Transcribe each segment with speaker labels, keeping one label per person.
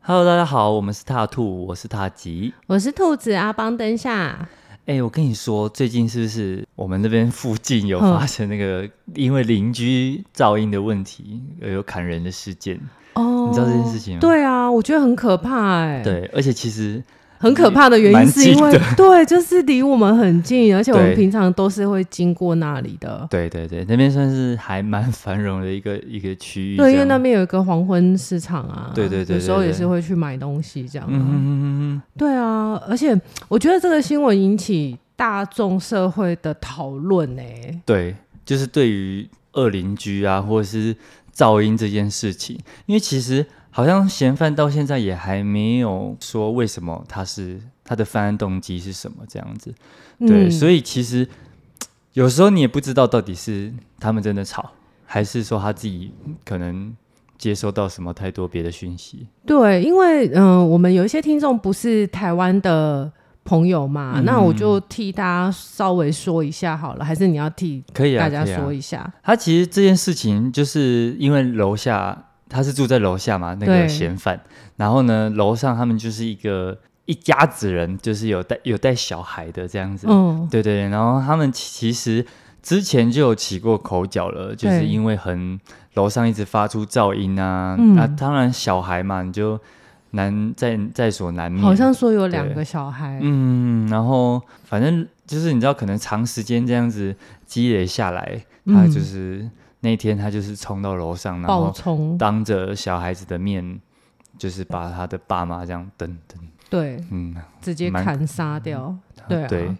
Speaker 1: Hello，大家好，我们是踏兔，我是踏吉。
Speaker 2: 我是兔子阿邦灯下，
Speaker 1: 哎、我跟你说，最近是不是我们那边附近有
Speaker 2: 嗯
Speaker 1: 发生那个因为邻居噪音的问题，呃有砍人的事件？
Speaker 2: 哦
Speaker 1: 你知道这件事情吗
Speaker 2: 对啊，我觉得很可怕哎、，
Speaker 1: 对，而且其实
Speaker 2: 很可怕的原因是因
Speaker 1: 蛮
Speaker 2: 为
Speaker 1: 近
Speaker 2: 对，就是离我们很近，而且我们
Speaker 1: 对
Speaker 2: 平常都是会经过那里的。
Speaker 1: 对对对，那边算是还蛮繁荣的一个一个区域这样。
Speaker 2: 对，因为那边有一个黄昏市场啊，
Speaker 1: 对对对对
Speaker 2: 有时候也
Speaker 1: 对
Speaker 2: 是会去买东西这样、啊。
Speaker 1: 嗯哼哼哼哼，
Speaker 2: 对啊，而且我觉得这个新闻引起大众社会的讨论哎、
Speaker 1: 对，就是对于恶邻居啊，或者是噪音这件事情，因为其实好像嫌犯到现在也还没有说为什么他是他的犯案动机是什么这样子。对，
Speaker 2: 嗯、
Speaker 1: 所
Speaker 2: 以
Speaker 1: 以其实有时候你也不知道到底是他们真的吵，还是说他自己可能接收到什么太多别的讯息。
Speaker 2: 对，因为嗯、呃我们有一些听众不是台湾的朋友嘛，
Speaker 1: 嗯
Speaker 2: 那我就替大家稍微说一下好了，还是你要替
Speaker 1: 可以啊，
Speaker 2: 大家
Speaker 1: 可以啊
Speaker 2: 说一下？
Speaker 1: 他其实这件事情，就是因为楼下他是住在楼下嘛，那个
Speaker 2: 对
Speaker 1: 嫌犯，然后呢，楼上他们就是一个一家子人，就是有带有带小孩的这样子，
Speaker 2: 嗯，
Speaker 1: 对对对，然后他们其其实之前就有起过口角了，就是
Speaker 2: 对
Speaker 1: 因为很楼上一直发出噪音啊，
Speaker 2: 嗯
Speaker 1: 啊，当然小孩嘛，你就难在在所难免，
Speaker 2: 好像说有两
Speaker 1: 对
Speaker 2: 个小孩，
Speaker 1: 嗯，然后反正就是你知道，可能长时间这样子积累下来，
Speaker 2: 嗯
Speaker 1: 他就是、那天他就是冲到楼上，然
Speaker 2: 暴
Speaker 1: 后
Speaker 2: 冲，
Speaker 1: 当着小孩子的面，就是把他的爸妈这样噔噔，
Speaker 2: 对，
Speaker 1: 嗯，
Speaker 2: 直接
Speaker 1: 蛮嗯
Speaker 2: 砍杀掉，对啊。
Speaker 1: 对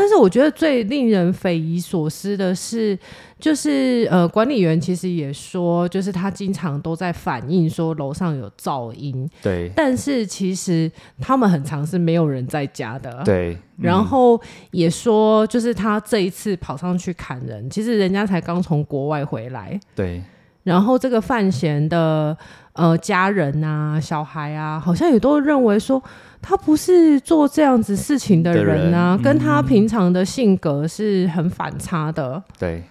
Speaker 2: 但是我觉得最令人匪夷所思的是，就是呃，管理员其实也说，就是他经常都在反映说楼上有噪音，
Speaker 1: 对
Speaker 2: 但是其实他们很常是没有人在家的，
Speaker 1: 对，
Speaker 2: 然
Speaker 1: 嗯
Speaker 2: 后也说，就是他这一次跑上去砍人，其实人家才刚从国外回来。
Speaker 1: 对
Speaker 2: 然后这个范闲的呃家人啊、小孩啊，好像也都认为说他不是做这样子事情的人啊，
Speaker 1: 的人嗯
Speaker 2: 跟他平常的性格是很反差的。
Speaker 1: 对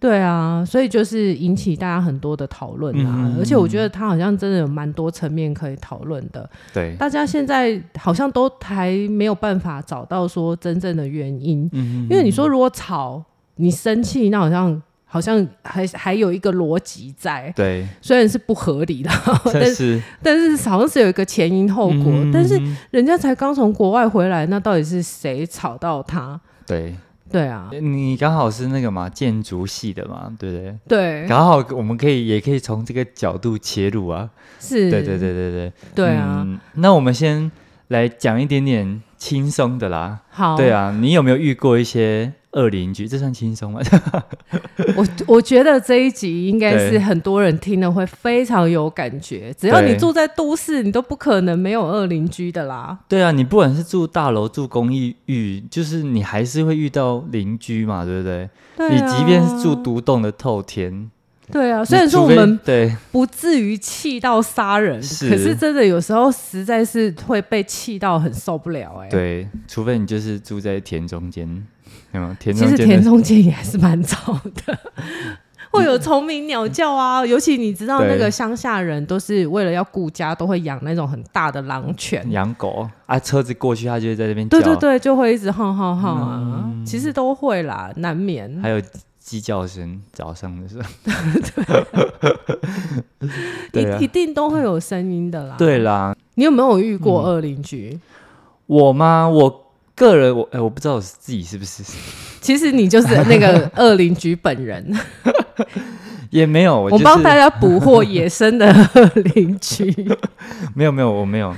Speaker 2: 对啊，所以就是引起大家很多的讨论啊，
Speaker 1: 嗯
Speaker 2: 而且我觉得他好像真的有蛮多层面可以讨论的。
Speaker 1: 对，
Speaker 2: 大家现在好像都还没有办法找到说真正的原因，
Speaker 1: 嗯
Speaker 2: 因为你说如果吵，你生气，那好像好像还还有一个逻辑在，
Speaker 1: 对，
Speaker 2: 虽然是不合理的，但
Speaker 1: 但
Speaker 2: 是
Speaker 1: 是
Speaker 2: 但是好像是有一个前因后果，
Speaker 1: 嗯
Speaker 2: 但是人家才刚从国外回来，那到底是谁吵到他？
Speaker 1: 对
Speaker 2: 对啊，
Speaker 1: 你刚好是那个嘛建筑系的嘛，对不对？
Speaker 2: 对，
Speaker 1: 刚好我们可以也可以从这个角度切入啊，
Speaker 2: 是，
Speaker 1: 对对对对对。
Speaker 2: 对啊，
Speaker 1: 嗯那我们先来讲一点点轻松的啦。
Speaker 2: 好，
Speaker 1: 对，啊，你有没有遇过一些恶邻居？这算轻松吗？
Speaker 2: 我我觉得这一集应该
Speaker 1: 对
Speaker 2: 是很多人听了会非常有感觉，只要
Speaker 1: 对
Speaker 2: 你住在都市，你都不可能没有恶邻居的啦。
Speaker 1: 对啊，你不管是住大楼、住公寓寓，就是你还是会遇到邻居嘛，对不对？
Speaker 2: 对、啊，
Speaker 1: 你即便是住独栋的透天，
Speaker 2: 对啊，虽然
Speaker 1: 你
Speaker 2: 说
Speaker 1: 除
Speaker 2: 我
Speaker 1: 非
Speaker 2: 们
Speaker 1: 对
Speaker 2: 不至于气到杀人，
Speaker 1: 是
Speaker 2: 可是真的有时候实在是会被气到很受不了哎、，
Speaker 1: 对，除非你就是住在田中间， 有吗？田
Speaker 2: 其
Speaker 1: 中
Speaker 2: 实
Speaker 1: 间
Speaker 2: 田
Speaker 1: 的
Speaker 2: 中间也还是蛮吵 的。会有虫鸣鸟叫啊，尤其你知道
Speaker 1: 对
Speaker 2: 那个乡下人都是为了要顾家，都会养那种很大的狼犬，
Speaker 1: 养狗啊，车子过去，它就会在那边叫，嗯
Speaker 2: 对对对，就会一直晃晃晃啊，其实都会啦，难免。
Speaker 1: 还有鸡叫声，早上的时 候。对啊
Speaker 2: 一一定都会有声音的啦。，
Speaker 1: 对嗯啦，
Speaker 2: 你有没有遇过恶邻居？
Speaker 1: 我吗？我个人，我哎、我不知道我自己是不是，
Speaker 2: 其实你就是 那个恶邻居本人，
Speaker 1: 也没有，我、就
Speaker 2: 我
Speaker 1: 是、
Speaker 2: 帮大家捕获野生的 邻 居。
Speaker 1: 没有没有，我没有，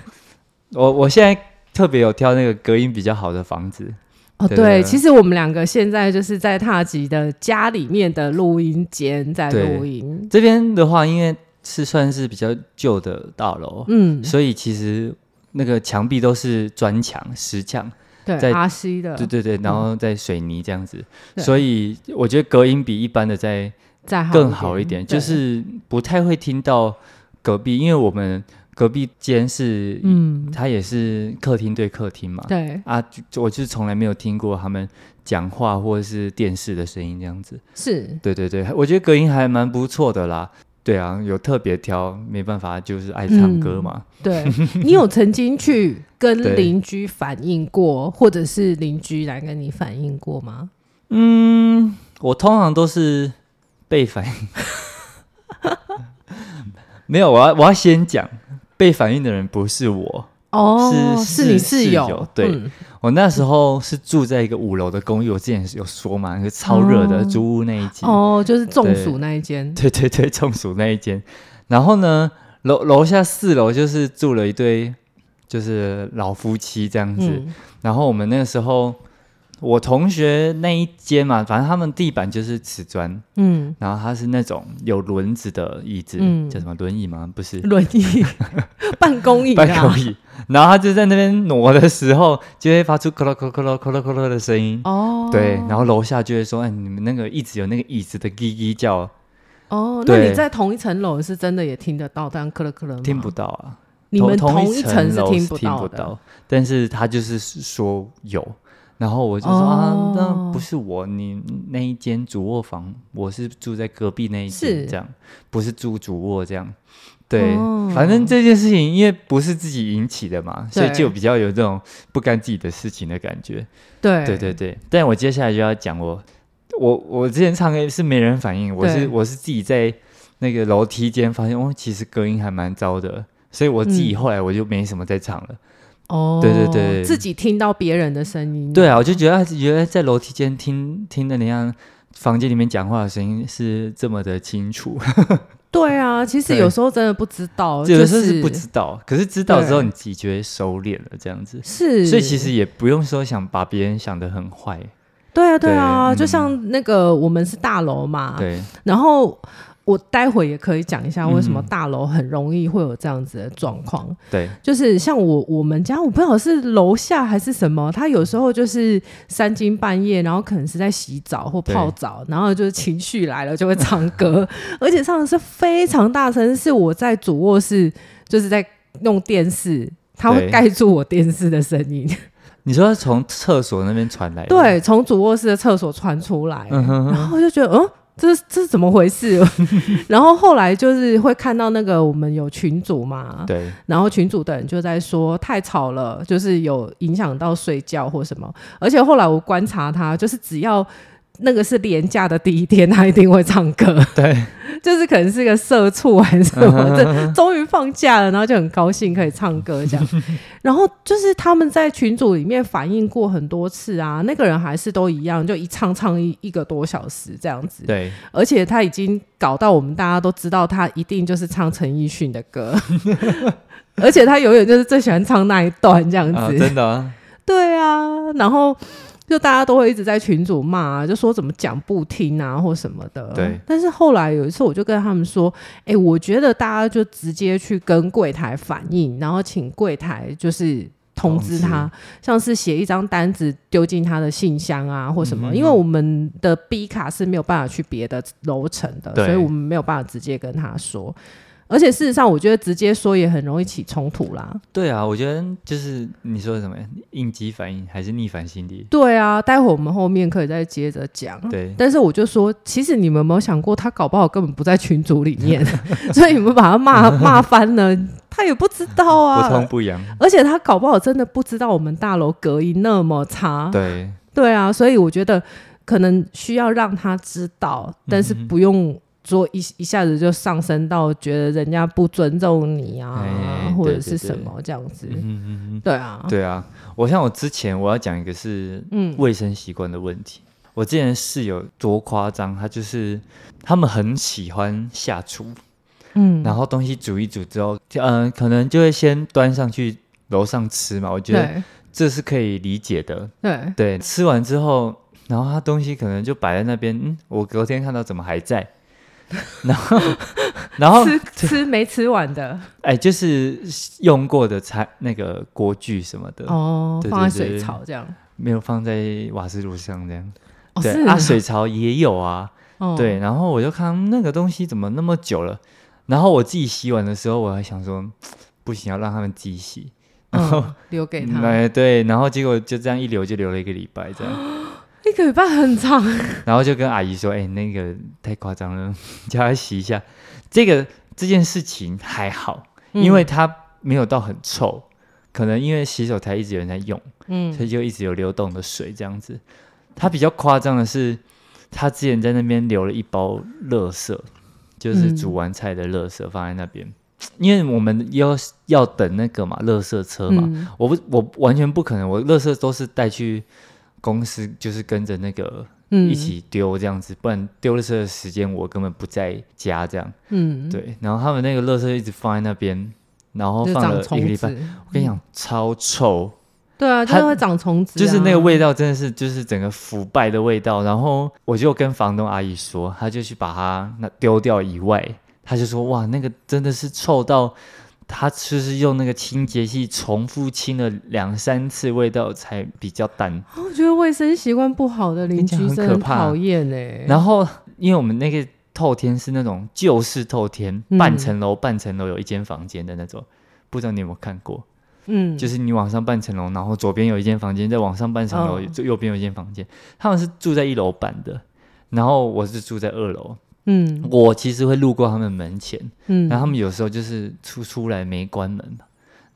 Speaker 1: 我我现在特别有挑那个隔音比较好的房子。
Speaker 2: 哦，
Speaker 1: 对对
Speaker 2: 对，其实我们两个现在就是在踏吉的家里面的录音间在
Speaker 1: 对
Speaker 2: 录音。
Speaker 1: 这边的话，因为是算是比较旧的大楼，
Speaker 2: 嗯，
Speaker 1: 所以其实那个墙壁都是砖墙、石墙，在
Speaker 2: 对，阿西的
Speaker 1: 对对对，然后在水泥这样子，
Speaker 2: 对
Speaker 1: 所以我觉得隔音比一般的在
Speaker 2: 再好
Speaker 1: 更好一点，就
Speaker 2: 对
Speaker 1: 是不太会听到隔壁，因为我们隔壁间是，
Speaker 2: 嗯，
Speaker 1: 它也是客厅对客厅嘛。
Speaker 2: 对，
Speaker 1: 啊，就我就从来没有听过他们讲话或者是电视的声音这样子。
Speaker 2: 是
Speaker 1: 对对对，我觉得隔音还蛮不错的啦。对啊，有特别挑，没办法，就是爱
Speaker 2: 嗯
Speaker 1: 唱歌嘛。
Speaker 2: 对你有曾经去跟
Speaker 1: 对
Speaker 2: 邻居反映过，或者是邻居来跟你反映过吗？
Speaker 1: 嗯，我通常都是被反应， 没有，我要我要先讲，被反应的人不是我，
Speaker 2: 哦，
Speaker 1: 是是
Speaker 2: 你室
Speaker 1: 室
Speaker 2: 友，
Speaker 1: 友对
Speaker 2: 嗯
Speaker 1: 我那时候是住在一个五楼的公寓，我之前有说嘛，那个超热的
Speaker 2: 哦
Speaker 1: 租屋那一集，
Speaker 2: 哦，就是中
Speaker 1: 对
Speaker 2: 暑那一间，
Speaker 1: 对对对，中暑那一间。然后呢，楼楼下四楼就是住了一对就是老夫妻这样子。
Speaker 2: 嗯
Speaker 1: 然后我们那个时候，我同学那一间嘛，反正他们地板就是瓷砖，
Speaker 2: 嗯，
Speaker 1: 然后它是那种有轮子的椅子，
Speaker 2: 嗯
Speaker 1: 叫什么轮椅吗？不是。
Speaker 2: 轮 椅办公椅
Speaker 1: 办
Speaker 2: 啊
Speaker 1: 公，椅，然后他就在那边挪的时候，就会发出咯咯咯咯咯咯咯咯咯的声音。
Speaker 2: 哦，
Speaker 1: 对，然后楼下就会说：“哎，你们那个一直有那个椅子的叽叽叫，
Speaker 2: 哦，那你
Speaker 1: 对
Speaker 2: 在同一层楼是真的也听得到，但克了克了吗
Speaker 1: 听不，到啊。”
Speaker 2: 你们
Speaker 1: 同
Speaker 2: 同
Speaker 1: 一
Speaker 2: 层是
Speaker 1: 楼
Speaker 2: 听
Speaker 1: 不
Speaker 2: 到的，
Speaker 1: 但是他就是说有，然后我就说、啊，
Speaker 2: 哦
Speaker 1: 那不是我，你那一间主卧房，我是住在隔壁那一
Speaker 2: 是
Speaker 1: 间，这样不是住主卧这样。对，
Speaker 2: 哦
Speaker 1: 反正这件事情因为不是自己引起的嘛，所以
Speaker 2: 对
Speaker 1: 就比较有这种不干自己的事情的感觉。
Speaker 2: 对
Speaker 1: 对对对，但我接下来就要讲我，我我之前唱歌是没人反应，我
Speaker 2: 对
Speaker 1: 是我是自己在那个楼梯间发现，哦，其实隔音还蛮糟的，所以我自己
Speaker 2: 嗯
Speaker 1: 后来我就没什么在唱了。
Speaker 2: 哦，
Speaker 1: 对对对
Speaker 2: 自己听到别人的声音，
Speaker 1: 对啊，我就觉得原来在楼梯间听听的人家房间里面讲话的声音是这么的清楚，
Speaker 2: 对啊，其实
Speaker 1: 对
Speaker 2: 有时候真的不知 道，
Speaker 1: 有
Speaker 2: 哦就
Speaker 1: 的时候是不知道，可是知道之后
Speaker 2: 对
Speaker 1: 你自己就会收敛了这样子。
Speaker 2: 是，
Speaker 1: 所以其实也不用说想把别人想得很坏，
Speaker 2: 对啊对啊，
Speaker 1: 对嗯
Speaker 2: 就像那个我们是大楼嘛，
Speaker 1: 对，
Speaker 2: 然后。我待会也可以讲一下为什么
Speaker 1: 嗯
Speaker 2: 大楼很容易会有这样子的状况，
Speaker 1: 对，
Speaker 2: 就是像我我们家，我不知道是楼下还是什么，他有时候就是三更半夜，然后可能是在洗澡或泡澡，然后就是情绪来了就会唱歌， 而且唱的是非常大声，是我在主卧室就是在弄电视，他会
Speaker 1: 对
Speaker 2: 盖住我电视的声 音，
Speaker 1: 你说从厕所那边传来的，
Speaker 2: 对，从主卧室的厕所传出来，
Speaker 1: 嗯哼哼，
Speaker 2: 然后我就觉得，嗯，这是这是怎么回事？ 然后后来就是会看到那个我们有群组嘛，
Speaker 1: 对，
Speaker 2: 然后群主的人就在说太吵了，就是有影响到睡觉或什么。而且后来我观察他，就是只要那个是廉价的第一天，他一定会唱歌。
Speaker 1: 对，
Speaker 2: 就是可能是个社畜还是什么， 这终于放假了，然后就很高兴可以唱歌这样。 然后就是他们在群组里面反映过很多次啊，那个人还是都一样，就一唱唱一一个多小时这样子。
Speaker 1: 对，
Speaker 2: 而且他已经搞到我们大家都知道，他一定就是唱陈奕迅的歌， 而且他永远就是最喜欢唱那一段这样
Speaker 1: 啊，
Speaker 2: 子。
Speaker 1: 真的啊，
Speaker 2: 对啊，然后就大家都会一直在群主骂、啊，就说怎么讲不听啊或什么的。
Speaker 1: 对
Speaker 2: 但是后来有一次，我就跟他们说，哎、我觉得大家就直接去跟柜台反映，然后请柜台就是。通知他，像是写一张单子丢进他的信箱啊，或什么，
Speaker 1: 嗯哼
Speaker 2: 因为我们的 B 卡是没有办法去别的楼层的，
Speaker 1: 对
Speaker 2: 所以我们没有办法直接跟他说。而且事实上，我觉得直接说也很容易起冲突啦。
Speaker 1: 对啊，我觉得就是你说的什么应激反应还是逆反心理，
Speaker 2: 对啊，待会我们后面可以再接着讲。
Speaker 1: 对，
Speaker 2: 但是我就说，其实你们有没有想过，他搞不好根本不在群组里面， 所以你们把 他骂骂翻了，他也不知道
Speaker 1: 不痛
Speaker 2: 啊。
Speaker 1: 不痒，
Speaker 2: 而且他搞不好真的不知道我们大楼隔音那么差。
Speaker 1: 对，
Speaker 2: 对啊，所以我觉得可能需要让他知道，但是
Speaker 1: 嗯哼
Speaker 2: 不用说一一下子就上升到觉得人家不尊重你啊，
Speaker 1: 哎
Speaker 2: 或者
Speaker 1: 对
Speaker 2: 是
Speaker 1: 对
Speaker 2: 什
Speaker 1: 对
Speaker 2: 么这样子。
Speaker 1: 嗯嗯嗯嗯。
Speaker 2: 对啊，
Speaker 1: 对啊，我像我之前我要讲一个是
Speaker 2: 嗯
Speaker 1: 卫生习惯的问题。我之前的室友多夸张，他就是他们很喜欢下厨，
Speaker 2: 嗯，
Speaker 1: 然后东西煮一煮之后，嗯、呃，可能就会先端上去楼上吃嘛。我觉得
Speaker 2: 对
Speaker 1: 这是可以理解的。
Speaker 2: 对，
Speaker 1: 对，吃完之后，然后他东西可能就摆在那边，嗯，我隔天看到怎么还在，然后然后
Speaker 2: 吃吃没吃完的。
Speaker 1: 哎，就是用过的餐那个锅具什么的，
Speaker 2: 哦，
Speaker 1: 对
Speaker 2: 放在
Speaker 1: 对对
Speaker 2: 水槽这样。
Speaker 1: 没有放在瓦斯炉上这样。
Speaker 2: 哦，
Speaker 1: 对
Speaker 2: 是
Speaker 1: 啊，水槽也有啊，
Speaker 2: 哦
Speaker 1: 对。然后我就看嗯那个东西怎么那么久了，然后我自己洗碗的时候，我还想说不行，要让他们自己洗。然后
Speaker 2: 嗯留给
Speaker 1: 嗯
Speaker 2: 他。
Speaker 1: 哎对，然后结果就这样一留就留了一个礼拜这样。
Speaker 2: 一个礼拜 很长，
Speaker 1: 然后就跟阿姨说：“哎、那个太夸张了， 叫她洗一下。”这个这件事情还好，
Speaker 2: 嗯
Speaker 1: 因为它没有到很臭，可能因为洗手台一直有人在用，
Speaker 2: 嗯
Speaker 1: 所以就一直有流动的水这样子。它比较夸张的是，他之前在那边留了一包垃圾，就是
Speaker 2: 嗯
Speaker 1: 煮完菜的垃圾放在那边，因为我们要要等那个嘛，垃圾车嘛，
Speaker 2: 嗯
Speaker 1: 我不，我完全不可能，我垃圾都是带去公司，就是跟着那个
Speaker 2: 嗯
Speaker 1: 一起丢这样子，不然丢垃圾的时间我根本不在家这样。
Speaker 2: 嗯，
Speaker 1: 对，然后他们那个垃圾一直放在那边，然后
Speaker 2: 就
Speaker 1: 放了
Speaker 2: 长
Speaker 1: 一个
Speaker 2: 虫
Speaker 1: 礼拜，
Speaker 2: 子，
Speaker 1: 我跟你讲超臭，
Speaker 2: 对啊，就
Speaker 1: 它
Speaker 2: 是会长虫子啊，
Speaker 1: 就是那个味道真的是就是整个腐败的味道。然后我就跟房东阿姨说，她就去把它那丢掉以外，她就说哇，那个真的是臭到。她就是用那个清洁剂重复清了两三次，味道才比较淡。
Speaker 2: 啊。我觉得卫生习惯不好的邻居
Speaker 1: 跟你
Speaker 2: 真
Speaker 1: 讲
Speaker 2: 的
Speaker 1: 很
Speaker 2: 很
Speaker 1: 可怕
Speaker 2: 讨厌哎。
Speaker 1: 然后，因为我们那个透天是那种旧式透天，
Speaker 2: 嗯
Speaker 1: 半层楼半层楼有一间房间的那种，不知道你有没有看过？
Speaker 2: 嗯，
Speaker 1: 就是你往上半层楼，然后左边有一间房间，再往上半层楼，
Speaker 2: 哦
Speaker 1: 右右边有一间房间。他们是住在一楼半的，然后我是住在二楼。
Speaker 2: 嗯
Speaker 1: 我其实会路过他们门前，
Speaker 2: 嗯，
Speaker 1: 然后他们有时候就是出出来没关门嘛，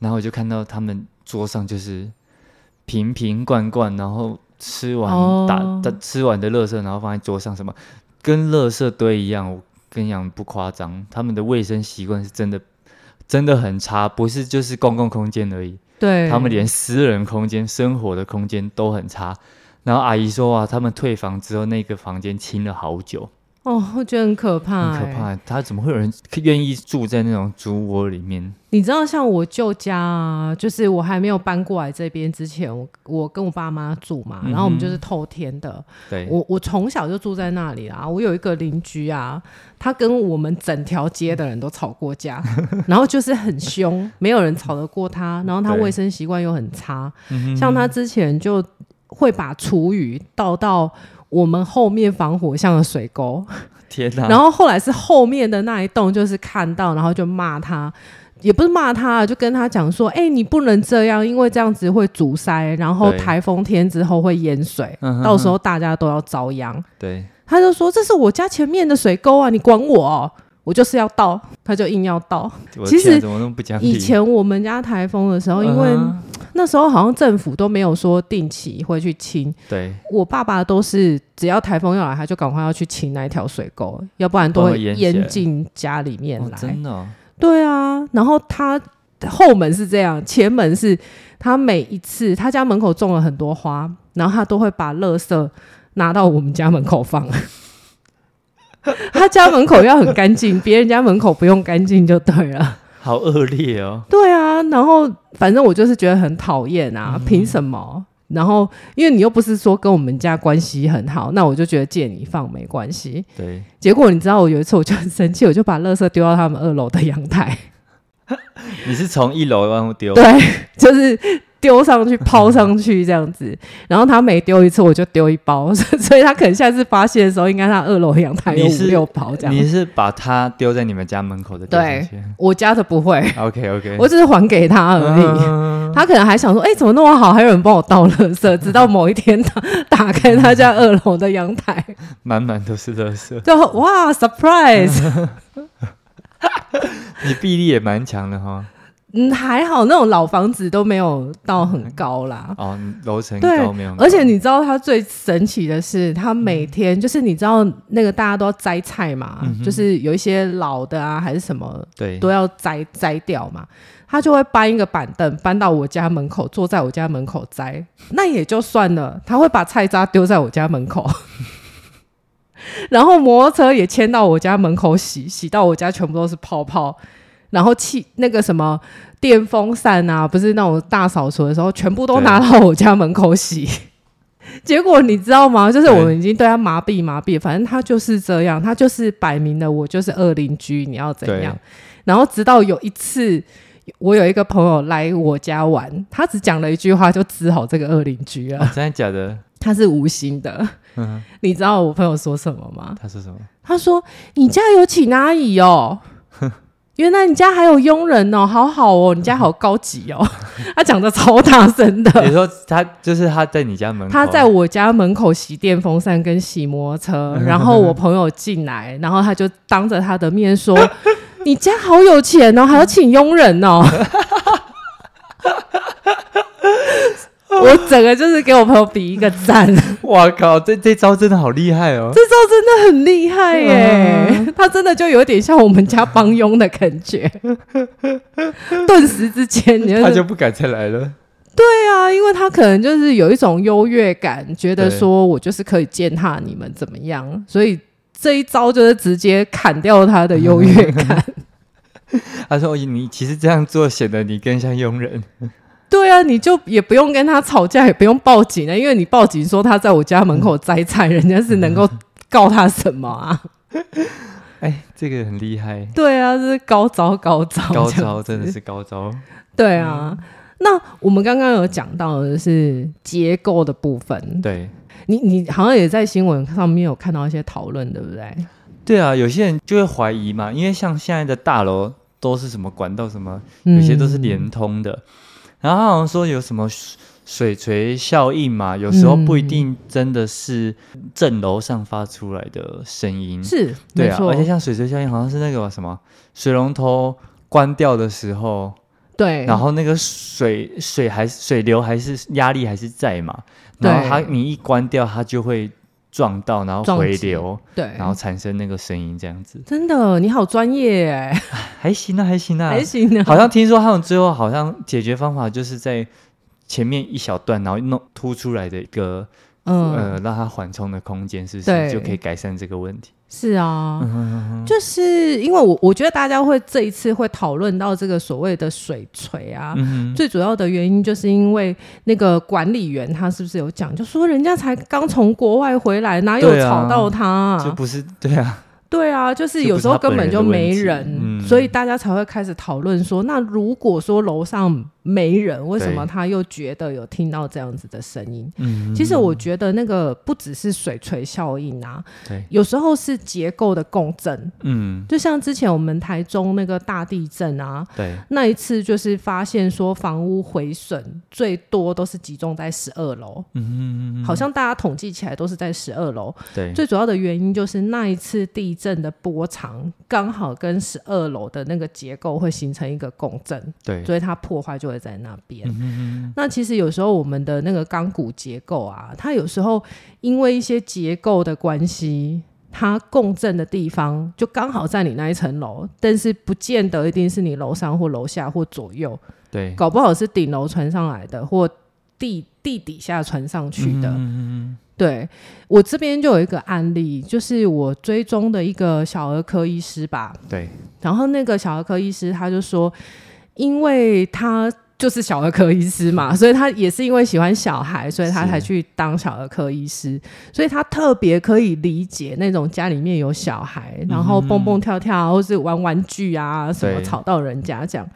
Speaker 1: 然后我就看到他们桌上就是瓶瓶罐罐，然后吃完、
Speaker 2: 哦
Speaker 1: 打打吃完的垃圾，然后放在桌上，什么跟垃圾堆一样。我跟你讲不夸张，他们的卫生习惯是真的真的很差，不是就是公共空间而已，
Speaker 2: 对
Speaker 1: 他们连私人空间、生活的空间都很差。然后阿姨说啊，他们退房之后那个房间清了好久。
Speaker 2: 哦，我觉得很可怕，欸
Speaker 1: 很可。怕。他怎么会有人愿意住在那种猪窝里面？
Speaker 2: 你知道，像我舅家啊，就是我还没有搬过来这边之前，我我跟我爸妈住嘛，
Speaker 1: 嗯
Speaker 2: 然后我们就是透天的。
Speaker 1: 对，
Speaker 2: 我我从小就住在那里啦。我有一个邻居啊，他跟我们整条街的人都吵 过架，然后就是很凶，没有人吵得过他。然后他
Speaker 1: 对
Speaker 2: 卫生习惯又很差，
Speaker 1: 嗯哼
Speaker 2: 像他之前就会把厨余倒到我们后面防火巷的水沟，
Speaker 1: 天哪！
Speaker 2: 然后后来是后面的那一栋，就是看到，然后就骂他，也不是骂他，就跟他讲说：“哎、你不能这样，因为这样子会阻塞，然后
Speaker 1: 对
Speaker 2: 台风天之后会淹水
Speaker 1: 嗯哼，哼
Speaker 2: 到时候大家都要遭殃。
Speaker 1: 对，”
Speaker 2: 他就说：“这是我家前面的水沟啊，你管我、哦？我就是要倒。”他就硬要倒。
Speaker 1: 我
Speaker 2: 其
Speaker 1: 的天啊
Speaker 2: 实
Speaker 1: 怎么那么不讲理？
Speaker 2: 以前我们家台风的时候，因为
Speaker 1: 嗯哼
Speaker 2: 那时候好像政府都没有说定期会去清，
Speaker 1: 对，
Speaker 2: 我爸爸都是只要台风要来，他就赶快要去清那一条水沟，要不然都
Speaker 1: 不然
Speaker 2: 会
Speaker 1: 会淹起来
Speaker 2: 淹进家里面
Speaker 1: 哦，
Speaker 2: 来。
Speaker 1: 真的哦，
Speaker 2: 对啊，然后他后门是这样，前门是他每一次他家门口种了很多花，然后他都会把垃圾拿到我们家门口放。 他家门口要很干净，别人家门口不用干净就对了。
Speaker 1: 好恶劣哦。
Speaker 2: 对啊，然后反正我就是觉得很讨厌啊，凭什么？然后因为你又不是说跟我们家关系很好，那我就觉得借你放没关系。
Speaker 1: 对，
Speaker 2: 结果你知道，我有一次我就很生气，我就把垃圾丢到他们二楼的阳台，
Speaker 1: 你是从一楼往后丢，
Speaker 2: 对， 就是丢上去抛上去这样子。然后他每丢一次，我就丢一包， 所以他可能下次发现的时候，应该他二楼的阳台有
Speaker 1: 你
Speaker 2: 五
Speaker 1: 是
Speaker 2: 六包这
Speaker 1: 你
Speaker 2: 样。
Speaker 1: 是把它丢在你们家门口的丢
Speaker 2: 对
Speaker 1: 进去。
Speaker 2: 我家的不会，
Speaker 1: OK OK，
Speaker 2: 我只是还给他而已。
Speaker 1: 嗯
Speaker 2: 他可能还想说，哎、怎么那么好，还有人帮我倒垃 圾？直到某一天他打开他家二楼的阳台，
Speaker 1: 满满都是垃圾。
Speaker 2: 就哇，surprise！
Speaker 1: 你臂力也蛮强的哈。
Speaker 2: 嗯，还好那种老房子都没有到很高啦。
Speaker 1: 哦，楼层
Speaker 2: 对
Speaker 1: 高没有，？
Speaker 2: 而且你知道他最神奇的是，他每天、就是你知道那个大家都要摘菜嘛，
Speaker 1: 嗯嗯哼
Speaker 2: 就是有一些老的啊还是什么
Speaker 1: 对
Speaker 2: 都要摘摘掉嘛，他就会搬一个板凳搬到我家门口，坐在我家门口摘，那也就算了，他会把菜渣丢在我家门口， 然后摩托车也牵到我家门口洗，洗到我家全部都是泡泡，然后气那个什么电风扇啊，不是那种大扫除的时候，全部都
Speaker 1: 对
Speaker 2: 拿到我家门口洗。 结果你知道吗？就是
Speaker 1: 对
Speaker 2: 我们已经对他麻痹麻痹，反正他就是这样，他就是摆明了我就是恶邻居，你要怎样？然后直到有一次，我有一个朋友来我家玩，他只讲了一句话就治好这个恶邻居
Speaker 1: 哦
Speaker 2: 了，
Speaker 1: 真的假的？
Speaker 2: 他是无心的。
Speaker 1: 嗯，
Speaker 2: 你知道我朋友说什么吗？
Speaker 1: 他说什么？
Speaker 2: 他说：“你家有请阿姨哦。”原来你家还有佣人哦，好好哦，你家好高级哦。他讲的超大声
Speaker 1: 你
Speaker 2: 的，
Speaker 1: 说他就是他在你家门口，啊
Speaker 2: 他在我家门口洗电风扇跟洗摩托 车，然后我朋友进来，然后他就当着他的面说：“ 你家好有钱哦，还要请佣人哦。” 我整个就是给我朋友比一个赞，这招
Speaker 1: 哇靠，这这招真的好厉害哦！
Speaker 2: 真 的很厉害耶！ 他真的就有点像我们家帮佣的感觉， 顿时之间你
Speaker 1: 他
Speaker 2: 是
Speaker 1: 就不敢再来了。
Speaker 2: 对啊，因为他可能就是有一种优越感，觉得
Speaker 1: 对
Speaker 2: 说我就是可以践踏你们怎么样，所以这一招就是直接砍掉他的优越 感。
Speaker 1: 他说：“哦你其实这样做显得你更像佣人。
Speaker 2: 对啊，你就也不用跟他吵架，也不用报警啊了，因为你报警说他在我家门口摘菜，人家是能够告他什么啊？”
Speaker 1: 嗯哎，这个很厉害，
Speaker 2: 对啊，这是高招高招
Speaker 1: 高
Speaker 2: 这样
Speaker 1: 招真的是高 招。
Speaker 2: 对啊。那我们刚刚有讲到的是结构的部分，
Speaker 1: 对
Speaker 2: 你你好像也在新闻上面有看到一些讨论，对不对？
Speaker 1: 对啊，有些人就会怀疑嘛，因为像现在的大楼都是什么管道什么，有些都是
Speaker 2: 嗯
Speaker 1: 连通的。然后他好像说有什么水水锤效应嘛，有时候不一
Speaker 2: 嗯
Speaker 1: 定真的是正楼上发出来的声音。
Speaker 2: 是，
Speaker 1: 对
Speaker 2: 没
Speaker 1: 啊，
Speaker 2: 错，
Speaker 1: 而且像水车效应，好像是那个什么水龙头关掉的时候，
Speaker 2: 对，
Speaker 1: 然后那个水水还是水流还是压力还是在嘛，然后它
Speaker 2: 对
Speaker 1: 你一关掉，它就会撞到，然后
Speaker 2: 撞
Speaker 1: 回
Speaker 2: 击
Speaker 1: 流，
Speaker 2: 对，
Speaker 1: 然后产生那个声音，这样子
Speaker 2: 真的你好专业哎，
Speaker 1: 还行啊，还行啊
Speaker 2: 还，行啊，
Speaker 1: 好像听说他们最后好像解决方法就是在。前面一小段，然后弄凸出来的一个、
Speaker 2: 嗯，
Speaker 1: 呃，让它缓冲的空间，是不
Speaker 2: 对
Speaker 1: 是就可以改善这个问题？
Speaker 2: 是啊，
Speaker 1: 嗯哼哼哼
Speaker 2: 就是因为我我觉得大家会这一次会讨论到这个所谓的水锤啊。
Speaker 1: 嗯哼
Speaker 2: 最主要的原因就是因为那个管理员他是不是有讲，就说人家才刚从国外回来，哪有
Speaker 1: 对啊
Speaker 2: 吵到他、啊
Speaker 1: 就不是对啊，
Speaker 2: 对啊，就是
Speaker 1: 就
Speaker 2: 有
Speaker 1: 不是
Speaker 2: 时候
Speaker 1: 他本
Speaker 2: 根本
Speaker 1: 人
Speaker 2: 就
Speaker 1: 的问
Speaker 2: 没
Speaker 1: 题
Speaker 2: 人，
Speaker 1: 嗯
Speaker 2: 所以大家才会开始讨论说，那如果说楼上没人，为什么
Speaker 1: 对
Speaker 2: 他又觉得有听到这样子的声音？
Speaker 1: 嗯，
Speaker 2: 其实我觉得那个不只是水锤效应啊，
Speaker 1: 对，
Speaker 2: 有时候是结构的共振，
Speaker 1: 嗯，
Speaker 2: 就像之前我们台中那个大地震啊。
Speaker 1: 对，
Speaker 2: 那一次就是发现说房屋毁损最多都是集中在十二楼，
Speaker 1: 嗯，
Speaker 2: 好像大家统计起来都是在十二楼，
Speaker 1: 对，
Speaker 2: 最主要的原因就是那一次地震的波长刚好跟十二楼的那个结构会形成一个共振，
Speaker 1: 对，
Speaker 2: 所以它破坏就会在那边。
Speaker 1: 嗯
Speaker 2: 那其实有时候我们的那个钢骨结构啊，它有时候因为一些结构的关系。它共振的地方就刚好在你那一层楼，但是不见得一定是你楼上或楼下或左右，
Speaker 1: 对，
Speaker 2: 搞不好是顶楼传上来的，或地地底下传上去的。
Speaker 1: 嗯
Speaker 2: 对我这边就有一个案例，就是我追踪的一个小儿科医师吧，
Speaker 1: 对，
Speaker 2: 然后那个小儿科医师他就说，因为他就是小儿科医师嘛，所以他也是因为喜欢小孩，所以他
Speaker 1: 嗯是
Speaker 2: 才去当小儿科医师，所以他特别可以理解那种家里面有小孩，然后蹦蹦跳跳啊或是玩玩具啊什么
Speaker 1: 对
Speaker 2: 吵到人家这样，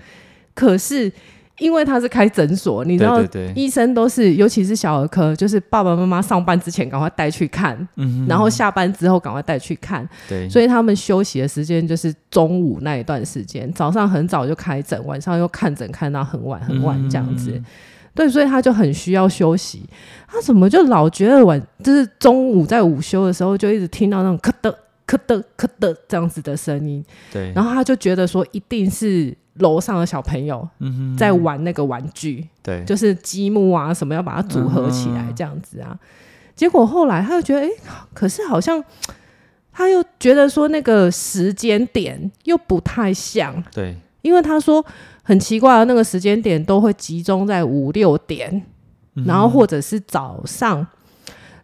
Speaker 2: 可是。因为他是开诊所，你知道
Speaker 1: 对对对，
Speaker 2: 医生都是，尤其是小儿科，就是爸爸妈妈上班之前赶快带去看，
Speaker 1: 嗯
Speaker 2: 然后下班之后赶快带去看，
Speaker 1: 对，
Speaker 2: 所以他们休息的时间就是中午那一段时间，早上很早就开诊，晚上又看诊看到很晚很晚这样子。
Speaker 1: 嗯
Speaker 2: 对，所以他就很需要休息。他怎么就老觉得晚，就是中午在午休的时候就一直听到那种咳的、咳的、咳的这样子的声音，
Speaker 1: 对，
Speaker 2: 然
Speaker 1: 后
Speaker 2: 后他就觉得说一定是楼上的小朋友
Speaker 1: 嗯
Speaker 2: 在玩那个玩具，
Speaker 1: 对，
Speaker 2: 就是积木啊什么要把它组合起来
Speaker 1: 嗯
Speaker 2: 这样子啊。结果后来他又觉得，哎、可是好像他又觉得说那个时间点又不太像，
Speaker 1: 对，
Speaker 2: 因为他说很奇怪啊，那个时间点都会集中在五六点，然后或者是早上。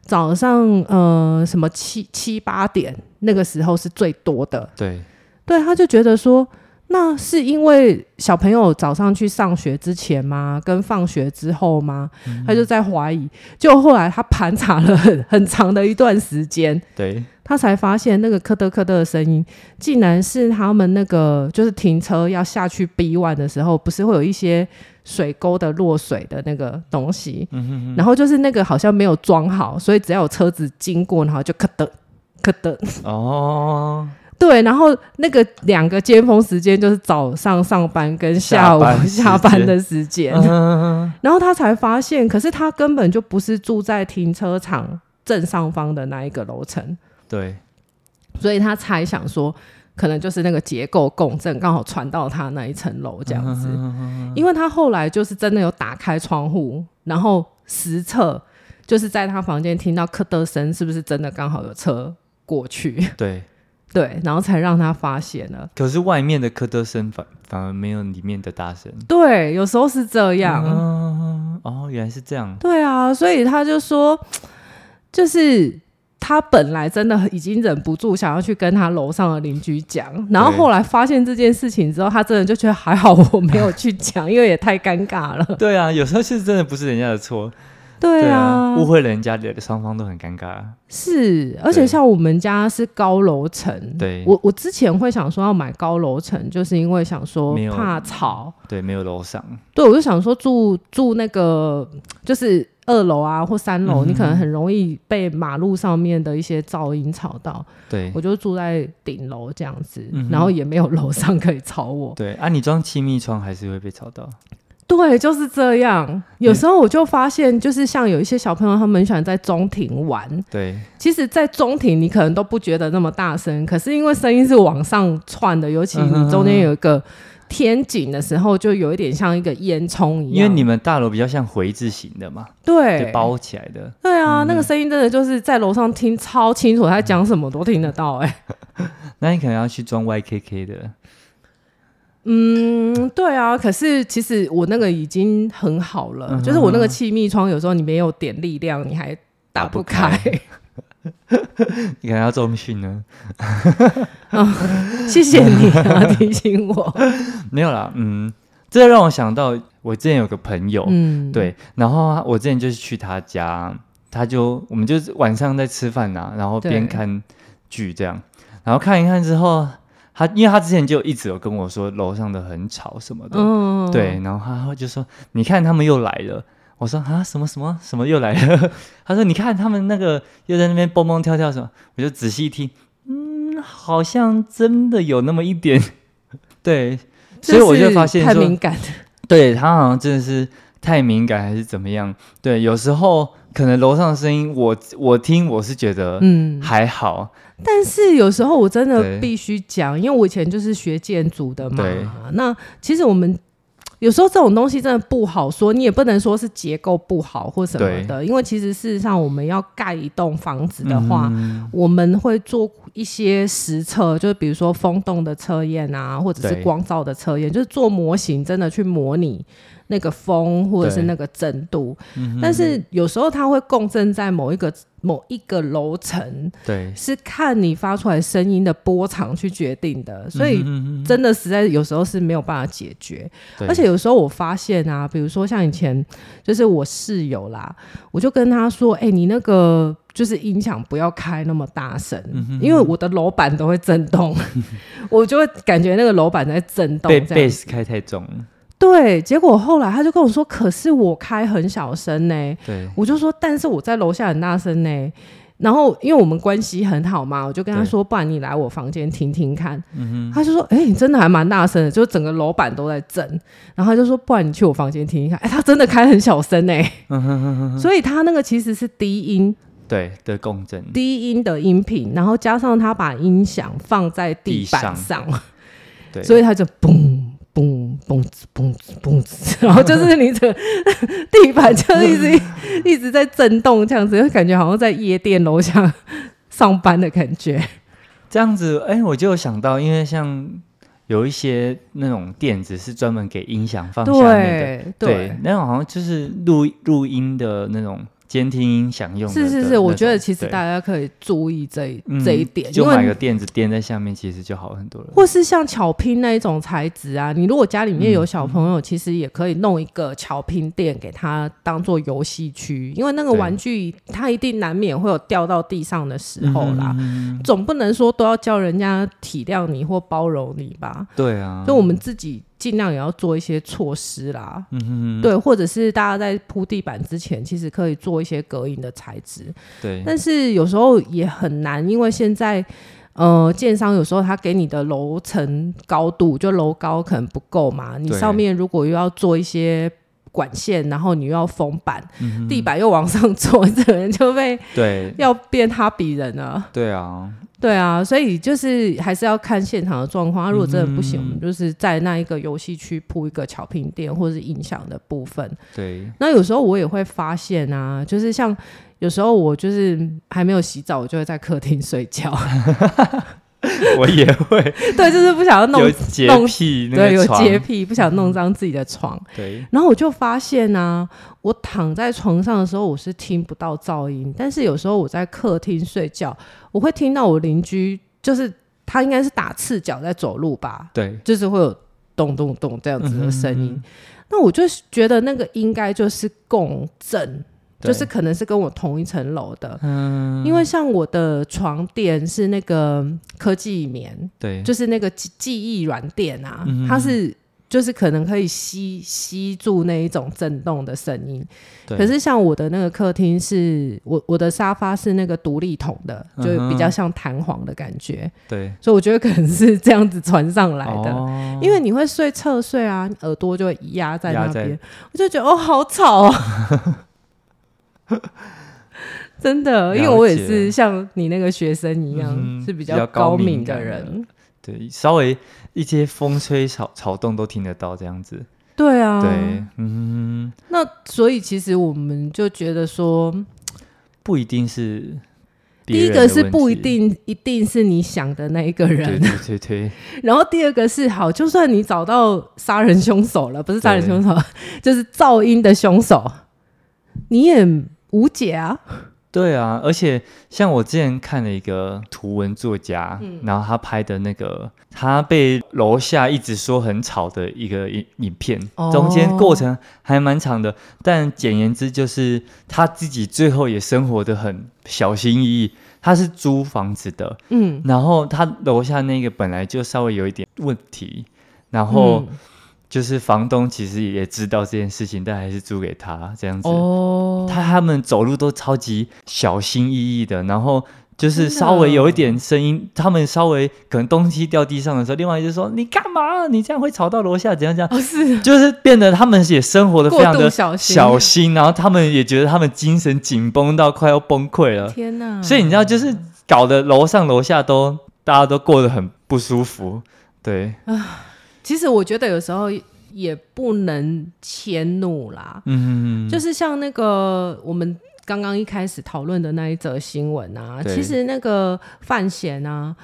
Speaker 2: 早上呃，什么七七八点那个时候是最多的，
Speaker 1: 对，
Speaker 2: 对，他就觉得说，那是因为小朋友早上去上学之前吗？跟放学之后吗？他就在怀疑。就后来他盘查了很 很长的一段时间，
Speaker 1: 对，
Speaker 2: 他才发现那个咯噔咯噔的声音，竟然是他们那个就是停车要下去 B one 的时候，不是会有一些水沟的落水的那个东西，然后就是那个好像没有装好，所以只要有车子经过，然后就咯噔咯噔。
Speaker 1: 哦，
Speaker 2: 对，然后那个两个尖峰时间就是早上上班跟下午
Speaker 1: 下班时间
Speaker 2: 下班的时间，
Speaker 1: 嗯，
Speaker 2: 然后他才发现，可是他根本就不是住在停车场正上方的那一个楼层，
Speaker 1: 对，
Speaker 2: 所以他猜想说，可能就是那个结构共振刚好传到他那一层楼这样
Speaker 1: 嗯
Speaker 2: 子。因为他后来就是真的有打开窗户，然后实测就是在他房间听到咯噔声，是不是真的刚好有车过去？
Speaker 1: 对。
Speaker 2: 对，然后才让他发现了。
Speaker 1: 可是外面的科德声反反而没有里面的大声。
Speaker 2: 对，有时候是这样。
Speaker 1: 嗯，哦，原来是这样。
Speaker 2: 对啊，所以他就说，就是他本来真的已经忍不住想要去跟他楼上的邻居讲，然后
Speaker 1: 对
Speaker 2: 后来发现这件事情之后，他真的就觉得还好我没有去讲，因为也太尴 尬了。
Speaker 1: 对啊，有时候是真的不是人家的错。
Speaker 2: 对啊，嗯
Speaker 1: 误会人家的双方都很尴尬。
Speaker 2: 是，而且
Speaker 1: 对
Speaker 2: 像我们家是高楼层，
Speaker 1: 对
Speaker 2: 我我之前会想说要买高楼层，就是因为想说
Speaker 1: 没有
Speaker 2: 怕吵，
Speaker 1: 对，没有楼上。
Speaker 2: 对，我就想说住住那个就是二楼啊或三楼，你
Speaker 1: 嗯
Speaker 2: 可能很容易被马路上面的一些噪音吵到。
Speaker 1: 对
Speaker 2: 我就住在顶楼这样子，
Speaker 1: 嗯哼
Speaker 2: 然后也没有楼上可以吵我。
Speaker 1: 对啊，你装气密窗还是会被吵到。
Speaker 2: 对，就是这样。有时候我就发现，就是像有一些小朋友，他们很喜欢在中庭玩。
Speaker 1: 对
Speaker 2: 其实，在中庭你可能都不觉得那么大声，可是因为声音是往上窜的，尤其
Speaker 1: 嗯
Speaker 2: 你中间有一个天井的时候，就有一点像一个烟囱一样。
Speaker 1: 因为你们大楼比较像回字形的嘛，
Speaker 2: 对
Speaker 1: 对，包起来的。
Speaker 2: 对啊，那个声音真的就是在楼上听超清楚，他在讲什么都听得到、哎，
Speaker 1: 那你可能要去装 YKK 的。
Speaker 2: 嗯，对啊。可是其实我那个已经很好了，
Speaker 1: 嗯哼
Speaker 2: 就是我那个气密窗，有时候你没有点力量，你还打不开。
Speaker 1: 打不 你可能要重训呢？
Speaker 2: 谢谢你啊，提醒我。
Speaker 1: 没有啦，嗯，这让我想到我之前有个朋友，
Speaker 2: 嗯，
Speaker 1: 对，然后啊我之前就是去他家，他就我们就是晚上在吃饭呐、啊然后边
Speaker 2: 对
Speaker 1: 看剧这样，然后看一看之后，他因为他之前就一直有跟我说楼上的很吵什么的，
Speaker 2: 嗯，
Speaker 1: 对，然后他就说你看他们又来了。我说啊，什么什么什么又来了？ 他说你看他们那个又在那边蹦蹦跳跳什么，我就仔细听，嗯，好像真的有那么一点， 对，
Speaker 2: 这
Speaker 1: 所以我
Speaker 2: 是
Speaker 1: 就发现
Speaker 2: 太
Speaker 1: 说
Speaker 2: 敏感。
Speaker 1: 对他好像真的是太敏感还是怎么样？对，有时候可能楼上的声音我，我听我是觉得
Speaker 2: 嗯，
Speaker 1: 还好，
Speaker 2: 但是有时候我真的
Speaker 1: 对
Speaker 2: 必须讲，因为我以前就是学建筑的嘛
Speaker 1: 对。
Speaker 2: 那其实我们有时候这种东西真的不好说，你也不能说是结构不好或什么的，因为其实事实上我们要盖一栋房子的话。
Speaker 1: 嗯
Speaker 2: 我们会做一些实测，就是比如说风洞的测验啊，或者是
Speaker 1: 对
Speaker 2: 光照的测验，就是做模型，真的去模拟那个风或者是
Speaker 1: 对嗯
Speaker 2: 那个震度。但是有时候它会共振在某一个某一个楼层，
Speaker 1: 对，
Speaker 2: 是看你发出来声音的波长去决定的，所以
Speaker 1: 嗯
Speaker 2: 真的实在有时候是没有办法解决。
Speaker 1: 对
Speaker 2: 而且有时候我发现啊，比如说像以前就是我室友啦，我就跟他说：“哎、你那个就是音响不要开那么大声，
Speaker 1: 嗯
Speaker 2: 因为我的楼板都会震 动，我就会感觉那个楼板在震动
Speaker 1: 被
Speaker 2: 这样。”
Speaker 1: bass 开太重了，
Speaker 2: 对，结果后来他就跟我说：“可是我开很小声呢、
Speaker 1: 对
Speaker 2: 我就说，但是我在楼下很大声呢、然后因为我们关系很好嘛，我就跟他说，不然你来我房间听听看。他就说，哎、你真的还蛮大声的，就整个楼板都在震。然后他就说，不然你去我房间听听看。哎、他真的开很小声呢、嗯所以他那个其实是低音，
Speaker 1: 对的共振，
Speaker 2: 低音的音频，然后加上他把音响放在地板
Speaker 1: 地
Speaker 2: 上，
Speaker 1: 对，
Speaker 2: 所以他就嘣。嘣嘣子嘣子嘣子，然后就是你的 地板就一 直一直在震动，这样子，就感觉好像在夜店楼下上班的感觉。
Speaker 1: 这样子，哎、我就有想到，因为像有一些那种垫子是专门给音响放下面的，
Speaker 2: 对
Speaker 1: 对，，那种好像就是录录音的那种监听音响用的
Speaker 2: 是
Speaker 1: 的
Speaker 2: 是
Speaker 1: 那
Speaker 2: 是，
Speaker 1: 种
Speaker 2: 我觉得其实
Speaker 1: 对
Speaker 2: 大家可以注意这一
Speaker 1: 嗯
Speaker 2: 这一点，因
Speaker 1: 就买
Speaker 2: 为
Speaker 1: 个垫子垫在下面，其实就好很多了。
Speaker 2: 或是像巧拼那一种材质啊，你如果家里面有
Speaker 1: 嗯
Speaker 2: 小朋友，其实也可以弄一个巧拼垫给他当做游戏区，因为那个
Speaker 1: 对
Speaker 2: 玩具它一定难免会有掉到地上的时候啦。
Speaker 1: 嗯
Speaker 2: 总不能说都要叫人家体谅你或包容你吧？
Speaker 1: 对啊，
Speaker 2: 所以我们自己尽量也要做一些措施啦。
Speaker 1: 嗯哼
Speaker 2: 对，或者是大家在铺地板之前，其实可以做一些隔音的材质，
Speaker 1: 对
Speaker 2: 但是有时候也很难，因为现在呃，建商有时候他给你的楼层高度，就楼高可能不够嘛，你
Speaker 1: 对
Speaker 2: 上面如果又要做一些。管线，然后你又要封板，
Speaker 1: 嗯
Speaker 2: 地板又往上做， 这个人就被
Speaker 1: 对
Speaker 2: 要变哈比人了。
Speaker 1: 对啊，
Speaker 2: 对啊，所以就是还是要看现场的状况。啊如果真的不行，
Speaker 1: 嗯
Speaker 2: 我们就是在那一个游戏区铺一个巧拼垫或是音响的部分。
Speaker 1: 对，
Speaker 2: 那有时候我也会发现啊，就是像有时候我就是还没有洗澡，我就会在客厅睡 觉。
Speaker 1: 我也会
Speaker 2: 对，就是不想要弄
Speaker 1: 有，洁
Speaker 2: 弄
Speaker 1: 癖那
Speaker 2: 对，有
Speaker 1: 个床，嗯
Speaker 2: 洁癖，不想弄脏自己的床。
Speaker 1: 对
Speaker 2: 然后我就发现啊，我躺在床上的时候，我是听不到噪音，但是有时候我在客厅睡觉，我会听到我邻居，就是他应该是打赤脚在走路吧，
Speaker 1: 对
Speaker 2: 就是会有咚咚咚这样
Speaker 1: 嗯
Speaker 2: 子的声音。那我就觉得那个应该就是共振，
Speaker 1: 对嗯
Speaker 2: 就是可能是跟我同一层楼的，因为像我的床垫是那个科技棉，
Speaker 1: 对，
Speaker 2: 就是那个记记忆软垫啊，
Speaker 1: 嗯哼
Speaker 2: 它是就是可能可以吸吸住那一种震动的声音。
Speaker 1: 对
Speaker 2: 可是像我的那个客厅是我我的沙发是那个独立筒的，就
Speaker 1: 嗯哼
Speaker 2: 比较像弹簧的感觉，
Speaker 1: 对
Speaker 2: 所以我觉得可能是这样子传上来的。
Speaker 1: 哦
Speaker 2: 因为你会睡侧睡啊，耳朵就会压在那
Speaker 1: 压在
Speaker 2: 边，我就觉得哦，好吵哦， 真的，因为我也
Speaker 1: 了解
Speaker 2: 是像你那个学生一样，
Speaker 1: 嗯哼
Speaker 2: 是比
Speaker 1: 比
Speaker 2: 较
Speaker 1: 较高
Speaker 2: 高
Speaker 1: 敏
Speaker 2: 敏的
Speaker 1: 感的
Speaker 2: 人，
Speaker 1: 对，稍微一些风吹草草动都听得到这样子，
Speaker 2: 对啊，
Speaker 1: 对，嗯，
Speaker 2: 那所以其实我们就觉得说，
Speaker 1: 不一定是
Speaker 2: 第
Speaker 1: 别
Speaker 2: 一
Speaker 1: 人的
Speaker 2: 个
Speaker 1: 问题。
Speaker 2: 是不一定一定是你想的那一个
Speaker 1: 对
Speaker 2: 人，
Speaker 1: 对对对，
Speaker 2: 然后第二个是好，就算你找到杀人凶手了，不是杀人凶手， 就是噪音的凶手，你也无解啊。
Speaker 1: 对啊，而且像我之前看了一个图文作家，
Speaker 2: 嗯
Speaker 1: 然后他拍的那个，他被楼下一直说很吵的一个影影片，
Speaker 2: 哦
Speaker 1: 中间过程还蛮长的，但简言之就是他自己最后也生活的很小心翼翼。他是租房子的，
Speaker 2: 嗯，
Speaker 1: 然后他楼下那个本来就稍微有一点问题，然后
Speaker 2: 嗯
Speaker 1: 就是房东其实也知道这件事情，但还是租给他这样子。
Speaker 2: 哦，
Speaker 1: 他他们走路都超级小心翼翼的，然后就是
Speaker 2: 真的
Speaker 1: 稍微有一点声音，他们稍微可能东西掉地上的时候，另外一个就说你干嘛？你这样会吵到楼下，怎样怎样？
Speaker 2: 哦是
Speaker 1: 就是变得他们也生活的非
Speaker 2: 过
Speaker 1: 常
Speaker 2: 度
Speaker 1: 的
Speaker 2: 小心，
Speaker 1: 小心，然后他们也觉得他们精神紧绷到快要崩溃了，
Speaker 2: 天哪！
Speaker 1: 所以你知道，就是搞得楼上楼下都大家都过得很不舒服，对，
Speaker 2: 其实我觉得有时候也不能迁怒啦，
Speaker 1: 嗯，
Speaker 2: 就是像那个我们刚刚一开始讨论的那一则新闻啊，
Speaker 1: 对嗯
Speaker 2: 其实那个范闲啊，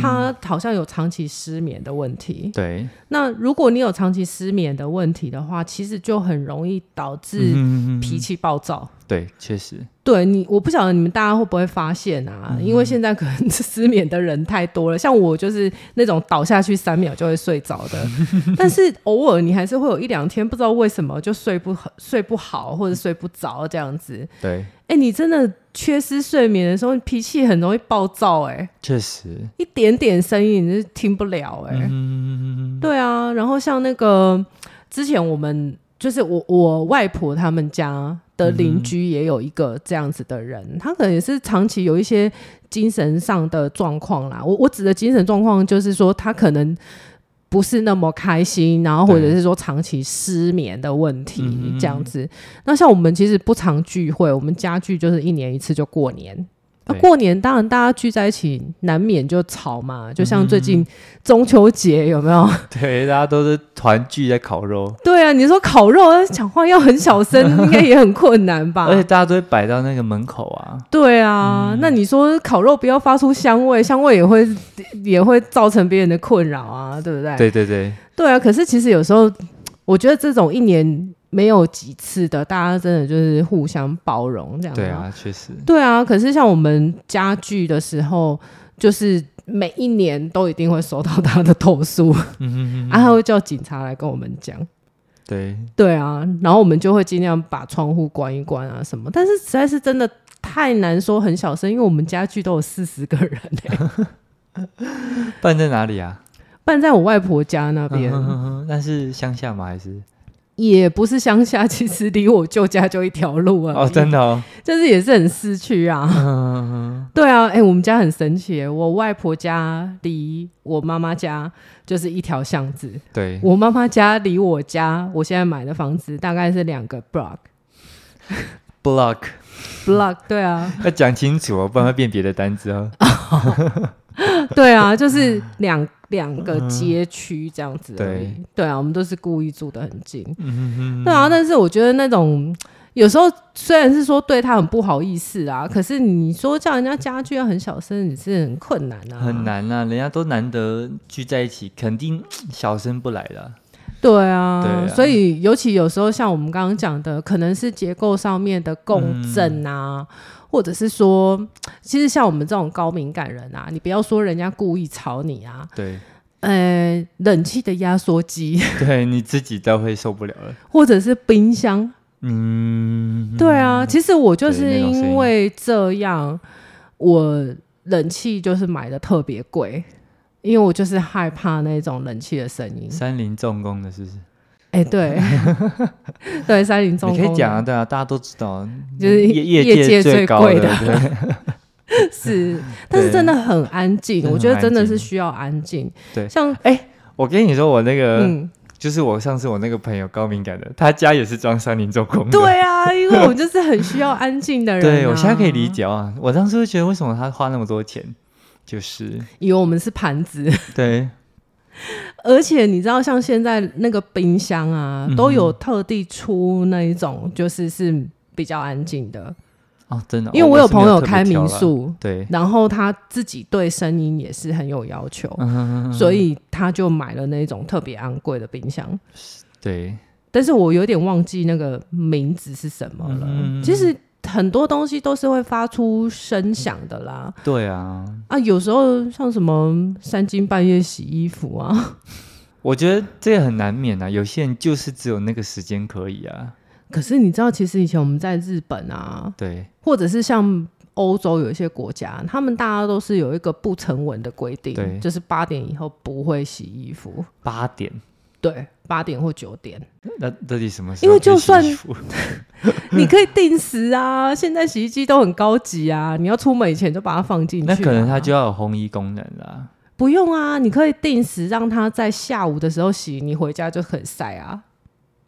Speaker 2: 他好像有长期失眠的问题。
Speaker 1: 对，
Speaker 2: 那如果你有长期失眠的问题的话，其实就很容易导致
Speaker 1: 嗯，
Speaker 2: 脾气暴躁。
Speaker 1: 对，确实，
Speaker 2: 对你，我不晓得你们大家会不会发现啊？因为现在可能 失眠的人太多了，像我就是那种倒下去三秒就会睡着的，但是偶尔你还是会有一两天不知道为什么就睡不好、睡不好或者睡不着这样子。
Speaker 1: 对，
Speaker 2: 哎、你真的缺失睡眠的时候，你脾气很容易暴躁、哎，
Speaker 1: 确实，
Speaker 2: 一点点声音你就听不了、哎、
Speaker 1: 嗯，
Speaker 2: 对啊，然后像那个之前我们就是我我外婆他们家的邻居也有一个这样子的人，他可能也是长期有一些精神上的状况啦。我我指的精神状况就是说他可能。不是那么开心，然后或者
Speaker 1: 对
Speaker 2: 是说长期失眠的问题
Speaker 1: 嗯
Speaker 2: 这样子。那像我们其实不常聚会，我们家聚就是一年一次就过年。那、
Speaker 1: 对
Speaker 2: 过年当然大家聚在一起，难免就吵嘛。就像最
Speaker 1: 嗯
Speaker 2: 近中秋节有没有？
Speaker 1: 对，大家都是团聚在烤肉，
Speaker 2: 对啊，你说烤肉 讲话要很 小声，应该也很困难吧
Speaker 1: 而？且大家都会摆到那个门口啊。
Speaker 2: 对啊，那你说烤肉不要发出香味，香味也会也会造成别人的困扰啊，对不对？
Speaker 1: 对对对，
Speaker 2: 对啊，可是其实有时候，我觉得这种一年没有几次的，大家真的就是互相包容这样。
Speaker 1: 对，啊，确实，
Speaker 2: 对啊。可是像我们家具的时候，就是每一年都一定会收到他的投诉，
Speaker 1: 嗯
Speaker 2: 啊，他会叫警察来跟我们讲。
Speaker 1: 对，
Speaker 2: 对啊，然后我们就会尽量把窗户关一关啊什么，但是实在是真的太难说很小声，因为我们家具都有四十个人、 欸，
Speaker 1: 办在哪里啊？
Speaker 2: 办在我外婆家那
Speaker 1: 嗯
Speaker 2: 边，
Speaker 1: 哼哼哼那是乡下吗？还是
Speaker 2: 也不是乡下，其实离我舅家就一条路啊。
Speaker 1: 哦，真的哦，
Speaker 2: 就是也是很市区啊。
Speaker 1: 嗯，
Speaker 2: 对啊，哎、我们家很神奇耶，我外婆家离我妈妈家就是一条巷子，
Speaker 1: 对，
Speaker 2: 我妈妈家离我家我现在买的房子大概是两个 block
Speaker 1: block
Speaker 2: block，对啊，
Speaker 1: 要讲清楚哦，不然会变别的单字 哦。
Speaker 2: 对啊，就是两两个街区这样子而已。对啊，我们都是故意住的很近。
Speaker 1: 嗯
Speaker 2: 对啊，但是我觉得那种有时候虽然是说对他很不好意思啊，
Speaker 1: 嗯
Speaker 2: 可是你说叫人家家具要很小声，你是很困难啊，
Speaker 1: 很。难啊，人家都难得聚在一起，肯定小生不来的。
Speaker 2: 对啊，
Speaker 1: 对啊
Speaker 2: 所以尤其有时候像我们刚刚讲的，可能是结构上面的共振啊。
Speaker 1: 嗯
Speaker 2: 或者是说，其实像我们这种高敏感人啊，你不要说人家故意吵你啊，
Speaker 1: 对，
Speaker 2: 呃，冷气的压缩机
Speaker 1: 对你自己都会受不了了。
Speaker 2: 或者是冰箱，
Speaker 1: 嗯，
Speaker 2: 对啊，其实我就
Speaker 1: 对
Speaker 2: 是
Speaker 1: 那种声音
Speaker 2: 因为这样，我冷气就是买的特别贵，因为我就是害怕那种冷气的声 音。
Speaker 1: 山林重工的是不是？
Speaker 2: 哎、 对，对，三菱重
Speaker 1: 你
Speaker 2: 工
Speaker 1: 可以讲啊，
Speaker 2: 的
Speaker 1: 对啊，大家都知道，
Speaker 2: 就是
Speaker 1: 业
Speaker 2: 业
Speaker 1: 界
Speaker 2: 界
Speaker 1: 最
Speaker 2: 最
Speaker 1: 高的，
Speaker 2: 贵的
Speaker 1: 对
Speaker 2: 是，但是真的很安静，
Speaker 1: 真的
Speaker 2: 我觉得
Speaker 1: 很
Speaker 2: 真
Speaker 1: 安静
Speaker 2: 的是需要安静。
Speaker 1: 对哎呃
Speaker 2: 像
Speaker 1: 我跟你说，我那个、
Speaker 2: 嗯，
Speaker 1: 就是我上次我那个朋友高敏感的，他家也是装山林重工的。
Speaker 2: 对啊，因为我就是很需要安静的人、啊。
Speaker 1: 对，我现在可以理，解啊。我当时会觉得，为什么他花那么多钱？就是
Speaker 2: 以为我们是盘子。
Speaker 1: 对，
Speaker 2: 而且你知道，像现在那个冰箱啊，
Speaker 1: 嗯哼
Speaker 2: 都有特地出那一种，就是是比较安静的。
Speaker 1: 哦，真的，
Speaker 2: 因为我
Speaker 1: 我
Speaker 2: 有
Speaker 1: 是没
Speaker 2: 朋友
Speaker 1: 特别
Speaker 2: 开
Speaker 1: 挑
Speaker 2: 民
Speaker 1: 啦，
Speaker 2: 宿，
Speaker 1: 对，
Speaker 2: 然后他自己对声音也是很有要求，
Speaker 1: 嗯，
Speaker 2: 所以他就买了那种特别昂贵的冰箱。
Speaker 1: 对，
Speaker 2: 但是我有点忘记那个名字是什么了。
Speaker 1: 嗯
Speaker 2: 其实很多东西都是会发出声响的啦。
Speaker 1: 对啊，
Speaker 2: 啊，有时候像什么三更半夜洗衣服啊，
Speaker 1: 我觉得这个很难免啊。有些人就是只有那个时间可以啊，
Speaker 2: 可是你知道，其实以前我们在日本啊，
Speaker 1: 对，
Speaker 2: 或者是像欧洲有一些国家，他们大家都是有一个不成文的规
Speaker 1: 对
Speaker 2: 定，就是八点以后不会洗衣服。
Speaker 1: 八点，
Speaker 2: 对，八点或九 点，
Speaker 1: 那到底什么时候可以洗衣服？
Speaker 2: 因为就算你可以定时啊。现在洗衣机都很高级啊，你要出门以前就把它放进去啊、
Speaker 1: 那可能它就要有烘衣功能啦。
Speaker 2: 不用啊，你可以定时让它在下午的时候洗，你回家就可以晒啊。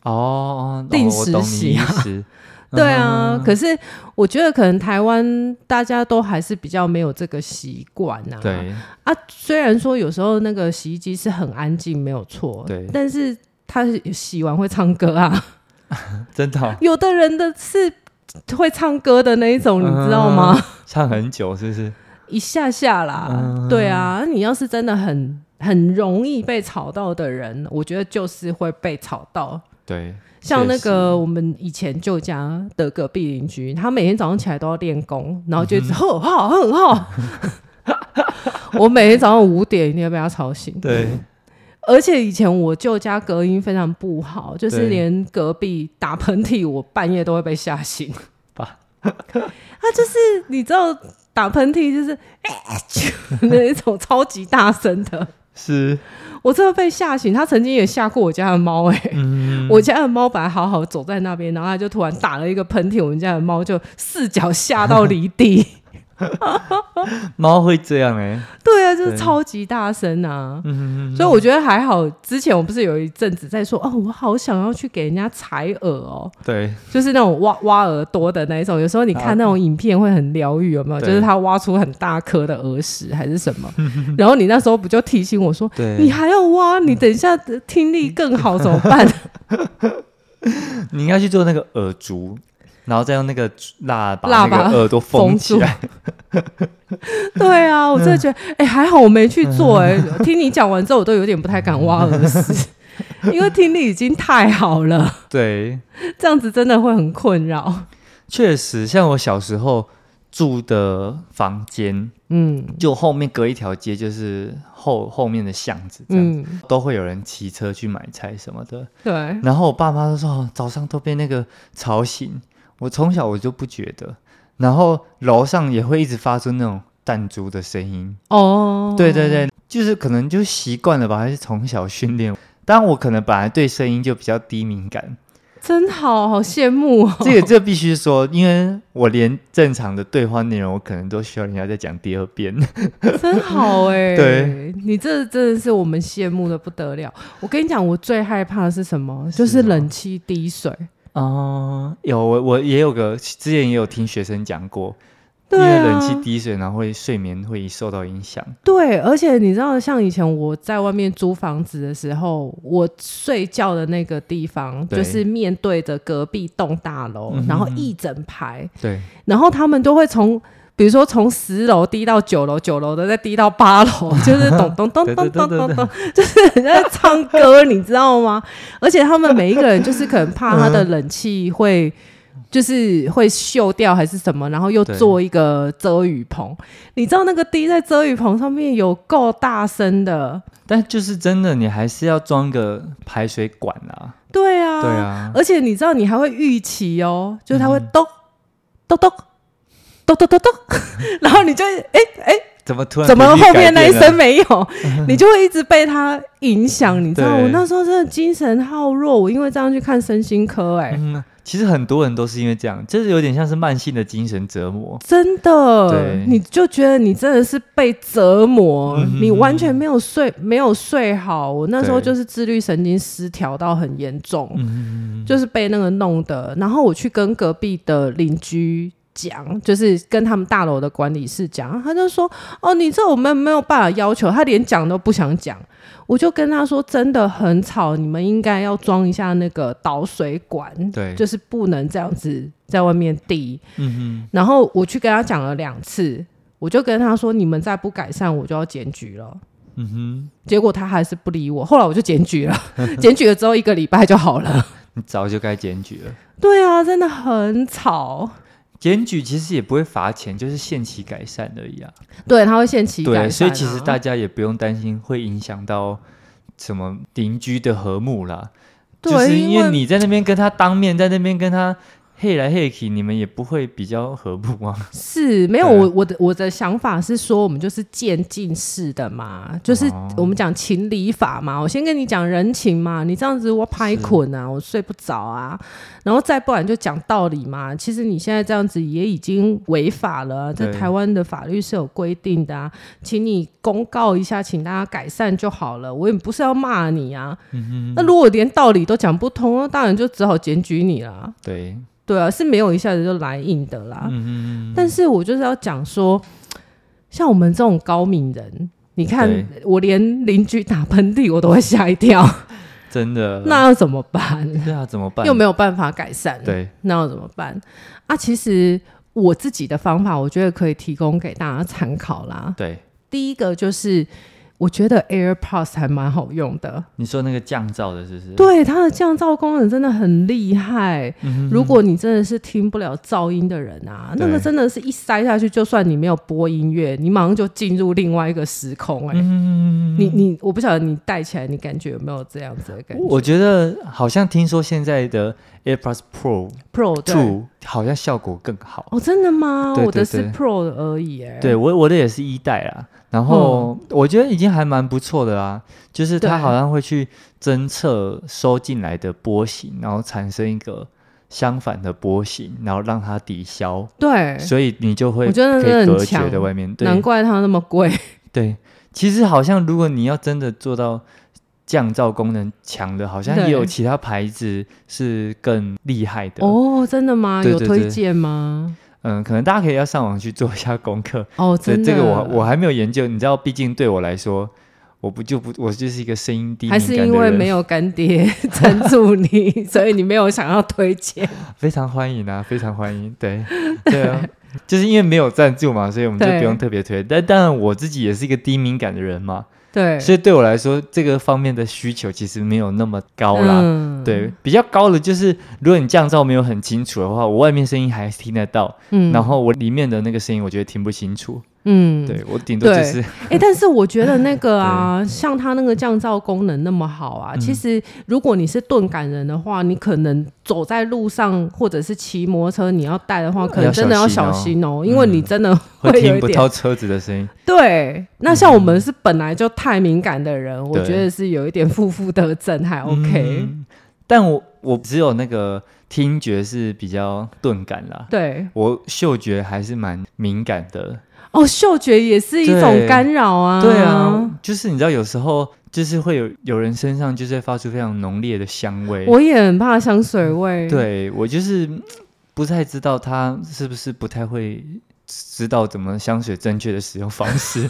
Speaker 1: 哦，哦
Speaker 2: 定
Speaker 1: 我
Speaker 2: 时
Speaker 1: 懂你
Speaker 2: 洗
Speaker 1: 意
Speaker 2: 啊
Speaker 1: 思。
Speaker 2: 对啊，
Speaker 1: 嗯
Speaker 2: 可是我觉得可能台湾大家都还是比较没有这个习惯啊。
Speaker 1: 对，
Speaker 2: 啊，虽然说有时候那个洗衣机是很安静，没有错，
Speaker 1: 对
Speaker 2: 但是它洗完会唱歌啊，
Speaker 1: 真的哦
Speaker 2: 有的人的是会唱歌的那一
Speaker 1: 嗯
Speaker 2: 种，你知道吗？
Speaker 1: 唱很久是不是？
Speaker 2: 一下下啦，
Speaker 1: 嗯
Speaker 2: 对啊，你要是真的很很容易被吵到的人，我觉得就是会被吵到。
Speaker 1: 对，
Speaker 2: 像那
Speaker 1: 确实
Speaker 2: 个我们以前旧家的隔壁邻居，他每天早上起来都要练功，然后就一
Speaker 1: 嗯
Speaker 2: 直吼吼吼吼。 我每天早上五点一定要被他吵醒。
Speaker 1: 对，
Speaker 2: 而且以前我舅家隔音非常不好，就是
Speaker 1: 对
Speaker 2: 连隔壁打喷嚏，我半夜都会被吓醒。
Speaker 1: 吧
Speaker 2: 他就是你知道打喷嚏就是 那一种超级大声的，
Speaker 1: 是，
Speaker 2: 我真的被吓醒。他曾经也吓过我家的猫、欸，
Speaker 1: 嗯，
Speaker 2: 我家的猫本来好好走在那边，然后它就突然打了一个喷嚏，我们家的猫就四脚吓到离 地。
Speaker 1: 猫会这样哎、欸，
Speaker 2: 对啊，就是
Speaker 1: 对
Speaker 2: 超级大声啊！
Speaker 1: 嗯，
Speaker 2: 所以我觉得还好，之前我不是有一阵子在说，哦，我好想要去给人家采耳哦，
Speaker 1: 对，
Speaker 2: 就是那种挖挖耳朵的那一种。有时候你
Speaker 1: 啊
Speaker 2: 看那种影片会很疗愈，有没有？
Speaker 1: 对
Speaker 2: 就是他挖出很大颗的耳屎还是什 么，然后你那时候不就提醒我说，
Speaker 1: 对
Speaker 2: 你还要挖，你等一下听力更好怎么办？
Speaker 1: 嗯你应该去做那个耳烛，然后再用那个蜡把
Speaker 2: 蜡
Speaker 1: 那个
Speaker 2: 把
Speaker 1: 耳朵
Speaker 2: 封
Speaker 1: 起
Speaker 2: 住
Speaker 1: 来。
Speaker 2: 对啊，我真的觉得，
Speaker 1: 嗯
Speaker 2: 哎、还好我没去做、哎，听你讲完之后，我都有点不太敢挖 耳屎，因为听力已经太好了，
Speaker 1: 对，
Speaker 2: 这样子真的会很困扰。
Speaker 1: 确实，像我小时候住的房间，
Speaker 2: 嗯
Speaker 1: 就后面隔一条街就是后后面的巷子，这样、
Speaker 2: 嗯，
Speaker 1: 都会有人骑车去买菜什么的。
Speaker 2: 对，
Speaker 1: 然后我爸妈都说、哦早上都被那个吵醒，我从小我就不觉得。然后楼上也会一直发出那种弹珠的声音，
Speaker 2: 哦，
Speaker 1: 对对对，就是可能就习惯了吧，还是从小训练。当然我可能本来对声音就比较低敏感，
Speaker 2: 真好，好羡慕 哦。
Speaker 1: 这个这个必须说，因为我连正常的对话内容，我可能都需要人家再讲第二遍。
Speaker 2: 真好哎、
Speaker 1: 对，
Speaker 2: 你这真的是我们羡慕的不得了。我跟你讲，我最害怕的是什么？就是是
Speaker 1: 哦
Speaker 2: 冷气滴水。
Speaker 1: 哦、有我我也有个之前也有听学生讲过，
Speaker 2: 对
Speaker 1: 因为
Speaker 2: 啊，
Speaker 1: 冷气滴水，然后会睡眠会受到影响。
Speaker 2: 对，而且你知道，像以前我在外面租房子的时候，我睡觉的那个地方
Speaker 1: 对
Speaker 2: 就是面对着隔壁栋大楼，
Speaker 1: 嗯哼
Speaker 2: 然后一整排，
Speaker 1: 对，
Speaker 2: 然后他们都会从。比如说从十楼低到九楼，九楼的再低到八楼，就是咚咚咚咚咚咚咚，就是人家在唱歌，你知道吗？而且他们每一个人就是可能怕他的冷气会就是会锈掉还是什么，然后又
Speaker 1: 对
Speaker 2: 做一个遮雨棚。你知道那个滴在遮雨棚上面有够大声的，
Speaker 1: 但就是真的，你还是要装个排水管啊。
Speaker 2: 对啊，
Speaker 1: 对。啊，
Speaker 2: 而且你知道，你还会预期哦，就是它会咚咚咚咚咚咚咚，然后你就哎哎，
Speaker 1: 怎么突然
Speaker 2: 怎么
Speaker 1: 频率
Speaker 2: 后
Speaker 1: 改
Speaker 2: 面那一
Speaker 1: 变了嗯
Speaker 2: 声没有？你就会一直被它影响，你知道？
Speaker 1: 对
Speaker 2: 我那时候真的精神耗弱，我因为这样去看身心科，哎，
Speaker 1: 嗯，其实很多人都是因为这样，就是有点像是慢性的精神折磨。
Speaker 2: 真的
Speaker 1: 对，
Speaker 2: 你就觉得你真的是被折磨，
Speaker 1: 嗯哼
Speaker 2: 你完全没有睡，没有睡好。我那时候
Speaker 1: 对
Speaker 2: 就是自律神经失调到很严重，
Speaker 1: 嗯，
Speaker 2: 就是被那个弄的。然后我去跟隔壁的邻居讲，就是跟他们大楼的管理室讲，他就说：“哦，你这我们没有办法要求。”他连讲都不想讲。我就跟他说：“真的很吵，你们应该要装一下那个导水管，
Speaker 1: 对，
Speaker 2: 就是不能这样子在外面滴。”
Speaker 1: 嗯
Speaker 2: 然后我去跟他讲了两次，我就跟他说：“你们再不改善，我就要检举了。”
Speaker 1: 哼，嗯哼，
Speaker 2: 结果他还是不理我，后来我就检举了， 检举了之后一个礼拜就好了。
Speaker 1: 你早就该检举了。
Speaker 2: 对啊，真的很吵。
Speaker 1: 检举其实也不会罚钱，就是限期改善而已啊。
Speaker 2: 对，他会限期改善啊、
Speaker 1: 对，所以其实大家也不用担心会影响到什么邻居的和睦啦。
Speaker 2: 对
Speaker 1: 就是因
Speaker 2: 因为
Speaker 1: 为你在那边跟他当面，在那边跟他嘿来嘿去，你们也不会比较和睦啊。
Speaker 2: 是没有
Speaker 1: 对啊
Speaker 2: 我我的我的想法是说，我们就是渐进式的嘛，就是
Speaker 1: 哦
Speaker 2: 我们讲情理法嘛。我先跟你讲人情嘛，你这样子我拍困啊，我睡不着啊，然后再不然就讲道理嘛。其实你现在这样子也已经违法了啊，在
Speaker 1: 对
Speaker 2: 台湾的法律是有规定的啊，请你公告一下，请大家改善就好了。我也不是要骂你啊，
Speaker 1: 嗯
Speaker 2: 那如果连道理都讲不通，那当然就只好检举你啦。
Speaker 1: 对，
Speaker 2: 对啊，是没有一下子就来硬的啦。
Speaker 1: 嗯
Speaker 2: 但是我就是要讲说，像我们这种高敏人，你看
Speaker 1: 对
Speaker 2: 我连邻居打喷嚏我都会吓一跳，
Speaker 1: 哼，真的。
Speaker 2: 那要怎么办？
Speaker 1: 对啊，怎么办？
Speaker 2: 又没有办法改善，，
Speaker 1: 对，
Speaker 2: 那要怎么办？啊，其实我自己的方法，我觉得可以提供给大家参考啦。
Speaker 1: 对，
Speaker 2: 第一个就是。我觉得 AirPods 还蛮好用的，
Speaker 1: 你说那个降噪的，是不是？
Speaker 2: 对它的降噪功能真的很厉害。
Speaker 1: 嗯哼，嗯
Speaker 2: 如果你真的是听不了噪音的人啊，
Speaker 1: 对
Speaker 2: 那个真的是一塞下去，就算你没有播音乐，你马上就进入另外一个时空、哎、
Speaker 1: 嗯
Speaker 2: 你你我不晓得你戴起来，你感觉有没有这样子的感觉
Speaker 1: 我觉得好像听说现在的 AirPods Pro
Speaker 2: ？Pro 对
Speaker 1: Two 好像效果更好。
Speaker 2: 哦，真的吗？
Speaker 1: 对对
Speaker 2: 我的是
Speaker 1: 对
Speaker 2: Pro 的而已、哎，
Speaker 1: 对我我的也是一代啊，然后我觉得已经还蛮不错的啦，就是它
Speaker 2: 嗯对
Speaker 1: 好像会去侦测收进来的波形，然后产生一个相反的波形，然后让它抵消，
Speaker 2: 对，
Speaker 1: 所以你就会
Speaker 2: 我觉得
Speaker 1: 可以
Speaker 2: 真的很
Speaker 1: 隔绝
Speaker 2: 强
Speaker 1: 在外面。对
Speaker 2: 难怪它那么贵。
Speaker 1: 对，其实好像如果你要真的做到降噪功能强的，好像也有
Speaker 2: 对
Speaker 1: 其他牌子是更厉害的。
Speaker 2: 哦，真的吗？
Speaker 1: 对
Speaker 2: 有
Speaker 1: 对
Speaker 2: 推
Speaker 1: 对
Speaker 2: 荐吗？
Speaker 1: 嗯，可能大家可以要上网去做一下功课。
Speaker 2: 哦，
Speaker 1: 这
Speaker 2: 真的，
Speaker 1: 这个我我还没有研究，你知道，毕竟对我来说，我不就不我就是一个声音低敏
Speaker 2: 还
Speaker 1: 感
Speaker 2: 是
Speaker 1: 的人，
Speaker 2: 因为没有干爹 赞助你，所以你没有想要推荐。
Speaker 1: 非常欢迎啊，非常欢迎。 对对啊，就是因为没有赞助嘛，所以我们就
Speaker 2: 对
Speaker 1: 不用特别推。但当然我自己也是一个低敏感的人嘛，
Speaker 2: 对，
Speaker 1: 所以对我来说，这个方面的需求其实没有那么高啦。
Speaker 2: 嗯，
Speaker 1: 对，比较高的就是，如果你降噪没有很清楚的话，我外面声音还听得到，
Speaker 2: 嗯
Speaker 1: 然后我里面的那个声音我觉得听不清楚。
Speaker 2: 嗯，
Speaker 1: 对我顶多就是，
Speaker 2: 哎、但是我觉得那 个啊，像它那个降噪功能那么好
Speaker 1: 嗯
Speaker 2: 啊，其实如果你是钝感人的话，你可能走在路上或者是骑摩托车，你要带的话，可能真的要小心
Speaker 1: 嗯
Speaker 2: 哦、因为你真的
Speaker 1: 会
Speaker 2: 会有
Speaker 1: 听
Speaker 2: 一
Speaker 1: 不
Speaker 2: 点。
Speaker 1: 到车子的声音。
Speaker 2: 对，那像我们是本来就太敏感的人，我
Speaker 1: 嗯对
Speaker 2: 觉得是有一点负负得正，还 OK、
Speaker 1: 嗯但我我只有那个听觉是比较钝感啦，
Speaker 2: 对，
Speaker 1: 我嗅觉还是蛮敏感的。
Speaker 2: 哦，嗅觉也是一种
Speaker 1: 对
Speaker 2: 干扰啊。
Speaker 1: 对啊，，就是你知道有时候就是会有有人身上就是会发出非常浓烈的香味，
Speaker 2: 我也很怕香水味。，
Speaker 1: 对我就是嗯不太知道他是不是不太会知道怎么香水正确的使用方 式。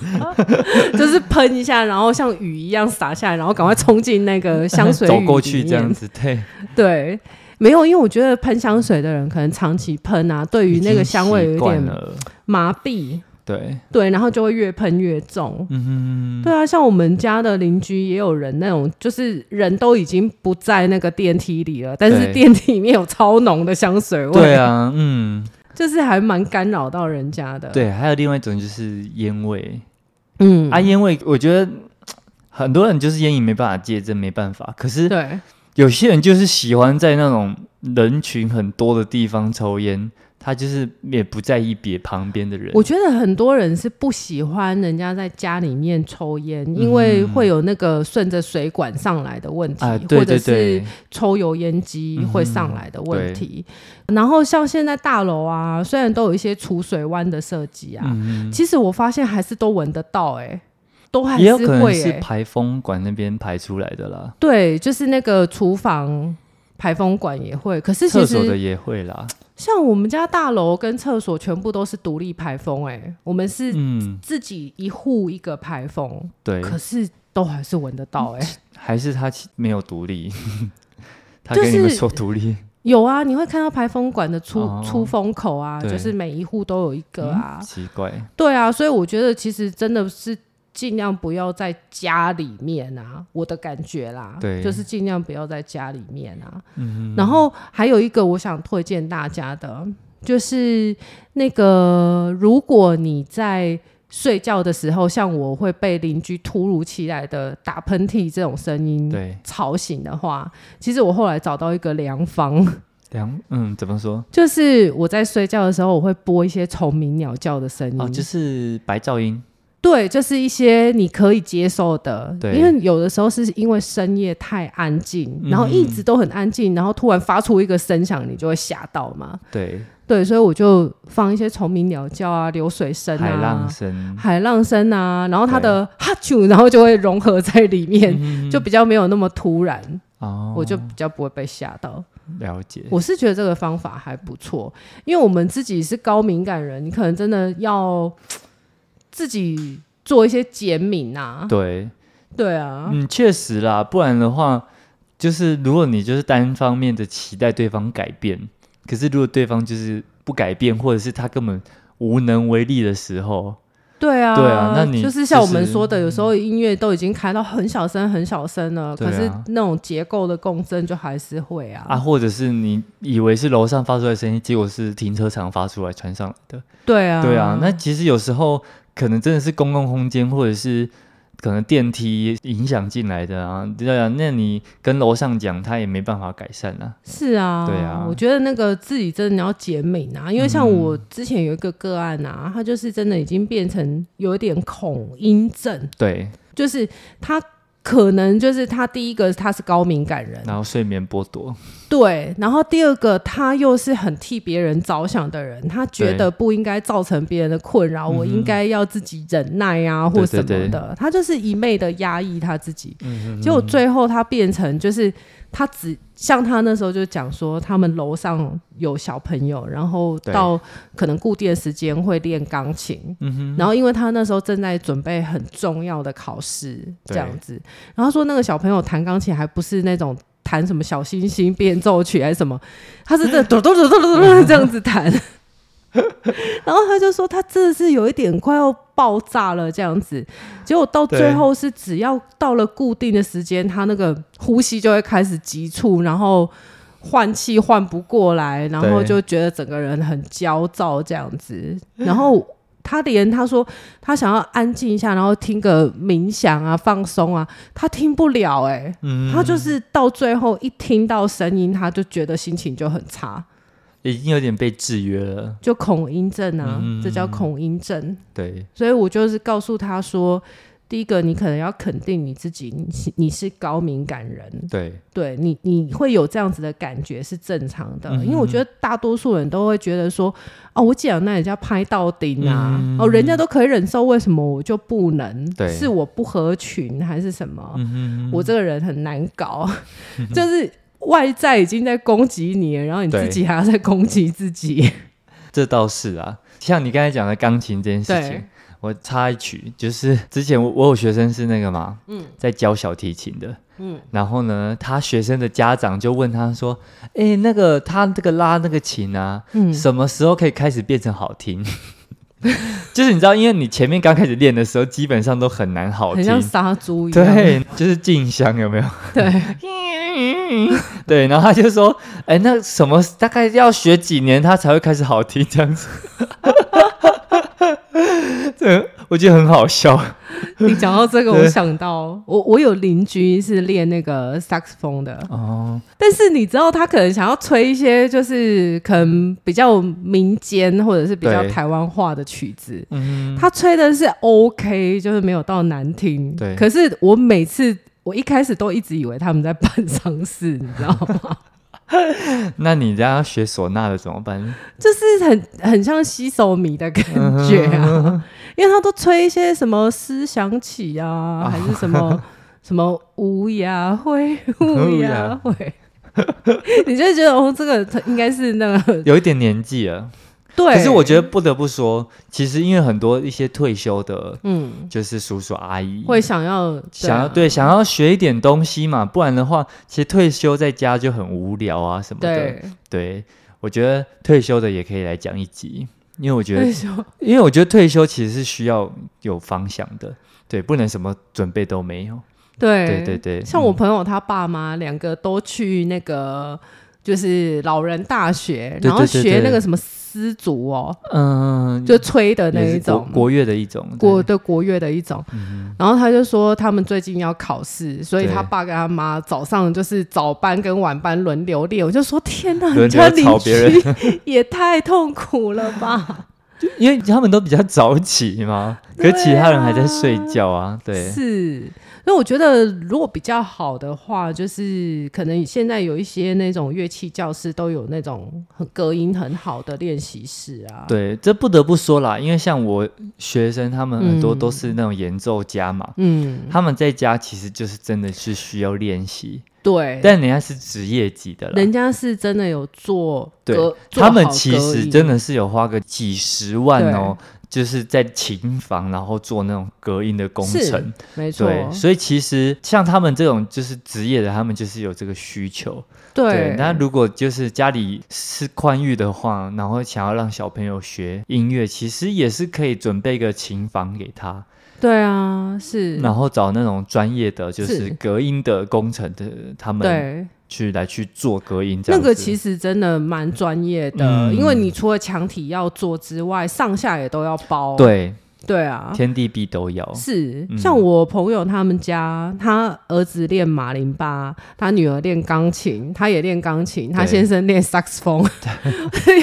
Speaker 2: 就是喷一下，然后像雨一样洒下来，然后赶快冲进那 个香水
Speaker 1: 走
Speaker 2: 雨
Speaker 1: 过
Speaker 2: 里
Speaker 1: 去这样
Speaker 2: 面
Speaker 1: 子，对，
Speaker 2: 对，没有，因为我觉得喷香水的人可能长期喷啊，对于
Speaker 1: 已
Speaker 2: 那
Speaker 1: 经
Speaker 2: 个香味有
Speaker 1: 习
Speaker 2: 一
Speaker 1: 惯
Speaker 2: 点
Speaker 1: 了，
Speaker 2: 麻痹，
Speaker 1: 对，
Speaker 2: 对，然后就会越喷越重。
Speaker 1: 嗯哼，
Speaker 2: 对啊，像我们家的邻居也有人那种，就是人都已经不在那个电梯里了，但是
Speaker 1: 对
Speaker 2: 电梯里面有超浓的香水味，
Speaker 1: 对，啊，嗯，
Speaker 2: 就是还蛮干扰到人家的。，
Speaker 1: 对，还有另外一种就是烟味，
Speaker 2: 嗯，
Speaker 1: 啊，烟味，我觉得嘖很多人就是烟瘾没办法戒，真没办法。可是
Speaker 2: 对，
Speaker 1: 有些人就是喜欢在那种人群很多的地方抽烟，他就是也不在意别旁边的人。
Speaker 2: 我觉得很多人是不喜欢人家在家里面抽烟，
Speaker 1: 嗯
Speaker 2: 因为会有那个顺着水管上来的问题，
Speaker 1: 啊，对
Speaker 2: 或者
Speaker 1: 对
Speaker 2: 是
Speaker 1: 对，嗯
Speaker 2: 抽油烟机
Speaker 1: 嗯哼
Speaker 2: 会上来的问题。然后像现在大楼啊，虽然都有一些储水湾的设计啊，
Speaker 1: 嗯
Speaker 2: 其实我发现还是都闻得到、欸，都还
Speaker 1: 也有
Speaker 2: 是
Speaker 1: 可能
Speaker 2: 会、
Speaker 1: 是
Speaker 2: 欸，
Speaker 1: 排风管那边排出来的啦，
Speaker 2: 对，就是那个厨房。排风管也会，可是其
Speaker 1: 厕所的
Speaker 2: 实
Speaker 1: 也会啦。
Speaker 2: 像我们家大楼跟厕所全部都是独立排风、欸，哎，我们是
Speaker 1: 嗯，
Speaker 2: 自己一户一个排风，
Speaker 1: 对，
Speaker 2: 可是都还是闻得到、欸，哎，
Speaker 1: 还是他其没有独立， 他
Speaker 2: 就
Speaker 1: 跟你们
Speaker 2: 是
Speaker 1: 说独立，嗯
Speaker 2: 有啊，你会看到排风管的出、
Speaker 1: 哦
Speaker 2: 出风口啊，
Speaker 1: 对
Speaker 2: 就是每一户都有一个啊，
Speaker 1: 奇怪。
Speaker 2: 对啊，所以我觉得其实真的是尽量不要在家里面啊，我的感觉啦，
Speaker 1: 对
Speaker 2: 就是尽量不要在家里面啊。嗯，然后还有一个我想推荐大家的，就是那个如果你在。睡觉的时候，像我会被邻居突如其来的打喷嚏这种声音
Speaker 1: 对，
Speaker 2: 吵醒的话，其实我后来找到一个良方，
Speaker 1: 两嗯，怎么说？
Speaker 2: 就是我在睡觉的时候，我会播一些虫鸣鸟叫的声音，
Speaker 1: 哦，就是白噪音，
Speaker 2: 对，就是一些你可以接受的，
Speaker 1: 对
Speaker 2: 因为有的时候是因为深夜太安静，然后一
Speaker 1: 嗯
Speaker 2: 直都很安静，然后突然发出一个声响，你就会吓到嘛。
Speaker 1: 对，
Speaker 2: 对，所以我就放一些虫鸣鸟叫啊、流水声啊、
Speaker 1: 海浪声，
Speaker 2: 海浪声啊，然后它的哈啾，然后就会融合在里面，就比较没有那么突然，
Speaker 1: 嗯哦，
Speaker 2: 嗯我就比较不会被吓到。
Speaker 1: 了解。
Speaker 2: 我是觉得这个方法还不错，因为我们自己是高敏感人，你可能真的要自己做一些减敏啊。
Speaker 1: 对，
Speaker 2: 对啊，
Speaker 1: 嗯，确实啦，不然的话，就是如果你就是单方面的期待对方改变，可是如果对方就是不改变，或者是他根本无能为力的时候，
Speaker 2: 对啊，
Speaker 1: 对啊那你嗯
Speaker 2: 就是像我
Speaker 1: 就是
Speaker 2: 们说的，有时候音乐都已经开到很小声、很小声了，
Speaker 1: 对啊
Speaker 2: 可是那种结构的共振就还是会啊。
Speaker 1: 啊，或者是你以为是楼上发出来的声音，结果是停车场发出来传上来的，
Speaker 2: 对啊，
Speaker 1: 对啊，那其实有时候可能真的是公共空间，或者是。可能电梯影响进来的啊，对啊，那你跟楼上讲，他也没办法改善啊。
Speaker 2: 是啊，
Speaker 1: 对啊
Speaker 2: 我觉得那个自己真的你要减敏啊，因为像我
Speaker 1: 嗯
Speaker 2: 之前有一个个案啊，他就是真的已经变成有一点恐音症，
Speaker 1: 对，
Speaker 2: 就是他可能就是他第一个他是高敏感人，
Speaker 1: 然后睡眠剥夺，
Speaker 2: 对，然后第二个他又是很替别人着想的人，他觉得不应该造成别人的困扰，我应该要自己忍耐啊或
Speaker 1: 对
Speaker 2: 什么的，
Speaker 1: 嗯对嗯
Speaker 2: 他就是一昧的压抑他自己，结果最后他变成就是他只像他那时候就讲说，他们楼上有小朋友，然后
Speaker 1: 对
Speaker 2: 到可能固定的时间会练钢琴，然后因为他那时候正在准备很重要的考试这
Speaker 1: 对
Speaker 2: 样子，然后他说那个小朋友弹钢琴还不是那种。弹什么小星星变奏曲还是什么？他是这咚咚咚咚咚咚这样子弹， 然后他就说他真的是有一点快要爆炸了这样子，结果到最
Speaker 1: 对
Speaker 2: 后是只要到了固定的时间，他那个呼吸就会开始急促，然后换气换不过来，然后
Speaker 1: 对
Speaker 2: 就觉得整个人很焦躁这样子，
Speaker 1: 嗯
Speaker 2: 然后。他连他说他想要安静一下，然后听个冥想啊、放松啊，他听不了哎、
Speaker 1: 嗯
Speaker 2: 他就是到最后一听到声音，他就觉得心情就很差，
Speaker 1: 已经有点被制约了。
Speaker 2: 就恐音症啊，
Speaker 1: 嗯
Speaker 2: 这叫恐音症。
Speaker 1: 对，
Speaker 2: 所以我就是告诉他说，第一个，你可能要肯定你自己，你是你是高敏感人，
Speaker 1: 对，
Speaker 2: 对你你会有这样子的感觉是正常的，
Speaker 1: 嗯
Speaker 2: 因为我觉得大多数人都会觉得说，哦，我既然那人家拍到顶啊，哦，人家都可以忍受，为什么我就不能？
Speaker 1: 嗯对
Speaker 2: 是我不合群还是什么？
Speaker 1: 嗯
Speaker 2: 我这个人很难 搞，就是外在已经在攻击你了，然后你自
Speaker 1: 对
Speaker 2: 己还要在攻击自 己。
Speaker 1: 这倒是啊。像你刚才讲的钢琴这件事情
Speaker 2: 对，
Speaker 1: 我插一曲，就是之前我我有学生是那个嘛，嗯，在教小提琴的，嗯，然后呢，他学生的家长就问他说：“哎，那个他这个拉那个琴啊，
Speaker 2: 嗯
Speaker 1: 什么时候可以开始变成好听？” 就是你知道，因为你前面刚开始练的时候，基本上都很难好
Speaker 2: 很
Speaker 1: 听，
Speaker 2: 像杀猪一样。
Speaker 1: 对，就是静香有没有？
Speaker 2: 对
Speaker 1: 对，然后他就说：“哎，那什么，大概要学几年，他才会开始好听这样子。”这我觉得很好笑。
Speaker 2: 你讲到这个，
Speaker 1: 对
Speaker 2: 我想到我我有邻居是练那个萨克斯 风的，
Speaker 1: 哦，
Speaker 2: 但是你知道他可能想要吹一些就是可能比较民间或者是比较
Speaker 1: 对
Speaker 2: 台湾化的曲子，
Speaker 1: 嗯，
Speaker 2: 他吹的是 OK，就是没有到难听。
Speaker 1: 对
Speaker 2: 可是我每次我一开始都一直以为他们在办丧事，你知道 吗？
Speaker 1: 那你这样要学唢呐的怎么办？
Speaker 2: 就是很很像吸手迷的感觉 啊，因为他都吹一些什么思想起
Speaker 1: 哦
Speaker 2: 啊，还是什 么什么乌鸦会、乌鸦会， 你就会觉得哦，这个应该是那个
Speaker 1: 有一点年纪了，
Speaker 2: 对。
Speaker 1: 可是我觉得不得不说，其实因为很多一些退休的，
Speaker 2: 嗯，
Speaker 1: 就是叔叔阿姨
Speaker 2: 会想要
Speaker 1: 想要
Speaker 2: 啊
Speaker 1: 对想要学一点东西嘛，不然的话，其实退休在家就很无聊啊什么的。
Speaker 2: 对，
Speaker 1: 对，我觉得退休的也可以来讲一集，因为我觉
Speaker 2: 所以
Speaker 1: 得，
Speaker 2: 说
Speaker 1: 因为我觉得退休其实是需要有方向的，对，不能什么准备都没有。
Speaker 2: 对
Speaker 1: 对对对，
Speaker 2: 像我朋友他爸妈两个都去那个就是老人大学，
Speaker 1: 对
Speaker 2: 然后
Speaker 1: 对对
Speaker 2: 学
Speaker 1: 对
Speaker 2: 那个什么丝竹哦，
Speaker 1: 嗯，
Speaker 2: 就吹的那
Speaker 1: 也
Speaker 2: 一
Speaker 1: 是
Speaker 2: 种
Speaker 1: 国国乐的一种，
Speaker 2: 国
Speaker 1: 对嗯
Speaker 2: 对国乐的一种。然后他就说他们最近要考试，所以
Speaker 1: 对
Speaker 2: 他爸跟他妈早上就是早班跟晚班轮流练。我就说天哪，
Speaker 1: 轮
Speaker 2: 你家
Speaker 1: 流
Speaker 2: 邻
Speaker 1: 吵别人
Speaker 2: 居 也太痛苦了吧？
Speaker 1: 因为他们都比较早起嘛，可
Speaker 2: 对
Speaker 1: 其他人还在
Speaker 2: 啊
Speaker 1: 睡觉啊，对，
Speaker 2: 是。所以我觉得，如果比较好的话，就是可能现在有一些那种乐器教室都有那种很隔音很好的练习室啊。
Speaker 1: 对，这不得不说啦，因为像我学生他们很多
Speaker 2: 嗯
Speaker 1: 都是那种演奏家嘛，
Speaker 2: 嗯，
Speaker 1: 他们在家其实就是真的是需要练习，
Speaker 2: 对。
Speaker 1: 但人家是职业级的啦，
Speaker 2: 人家是真的有做
Speaker 1: 对
Speaker 2: 隔，做
Speaker 1: 他们
Speaker 2: 好
Speaker 1: 其
Speaker 2: 隔
Speaker 1: 实
Speaker 2: 音
Speaker 1: 真的是有花个几十万哦，就是在琴房，然后做那种隔音的工程。
Speaker 2: 没错，
Speaker 1: 对，所以其实像他们这种就是职业的，他们就是有这个需求。
Speaker 2: 对，
Speaker 1: 那如果就是家里是宽裕的话，然后想要让小朋友学音乐，其实也是可以准备个琴房给他，
Speaker 2: 对啊，是，
Speaker 1: 然后找那种专业的，就是
Speaker 2: 是
Speaker 1: 隔音的工程的，他们
Speaker 2: 对，
Speaker 1: 去来去做隔音这
Speaker 2: 那
Speaker 1: 样子。
Speaker 2: 个其实真的蛮专业的，
Speaker 1: 嗯
Speaker 2: 因为你除了墙体要做之外，上下也都要包。
Speaker 1: 对，
Speaker 2: 对啊，
Speaker 1: 天地必都有。
Speaker 2: 是
Speaker 1: 嗯
Speaker 2: 像我朋友他们家，他儿子练马林巴，他女儿练钢琴，他也练钢琴，他
Speaker 1: 对
Speaker 2: 先生练萨克 斯风。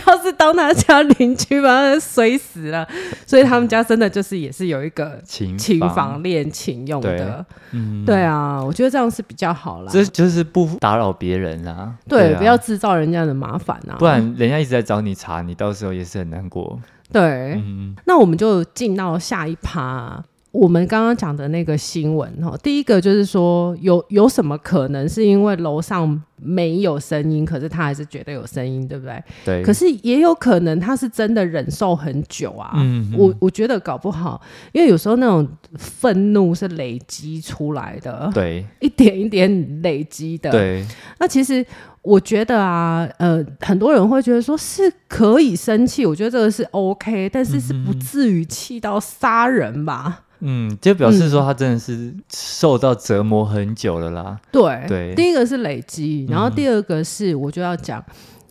Speaker 2: 要是当他家邻居把他摔死了，所以他们家真的就是也是有一个
Speaker 1: 琴
Speaker 2: 琴房练琴用的。
Speaker 1: 嗯，
Speaker 2: 对啊，我觉得这样是比较好啦。
Speaker 1: 这就是不打扰别人啊，
Speaker 2: 对，
Speaker 1: 啊
Speaker 2: 不要制造人家的麻烦啊。
Speaker 1: 不然人家一直在找你查，你到时候也是很难过。
Speaker 2: 对，
Speaker 1: 嗯，
Speaker 2: 那我们就进到下一趴、我们刚刚讲的那个新闻哈，第一个就是说，有有什么可能是因为楼上没有声音，可是他还是觉得有声音，对不对？
Speaker 1: 对。嗯
Speaker 2: 可是也有可能他是真的忍受很久啊。
Speaker 1: 嗯，嗯，
Speaker 2: 我我觉得搞不好，因为有时候那种愤怒是累积出来的，
Speaker 1: 对
Speaker 2: 一点一点累积的。
Speaker 1: 对
Speaker 2: 那其实我觉得啊，呃，很多人会觉得说是可以生气，我觉得这个是 OK，但是是不至于气到杀人吧？
Speaker 1: 嗯，就表示说他真的是受到折磨很久了啦。
Speaker 2: 对，
Speaker 1: 对
Speaker 2: 第一个是累积，然后第二个是我就要讲，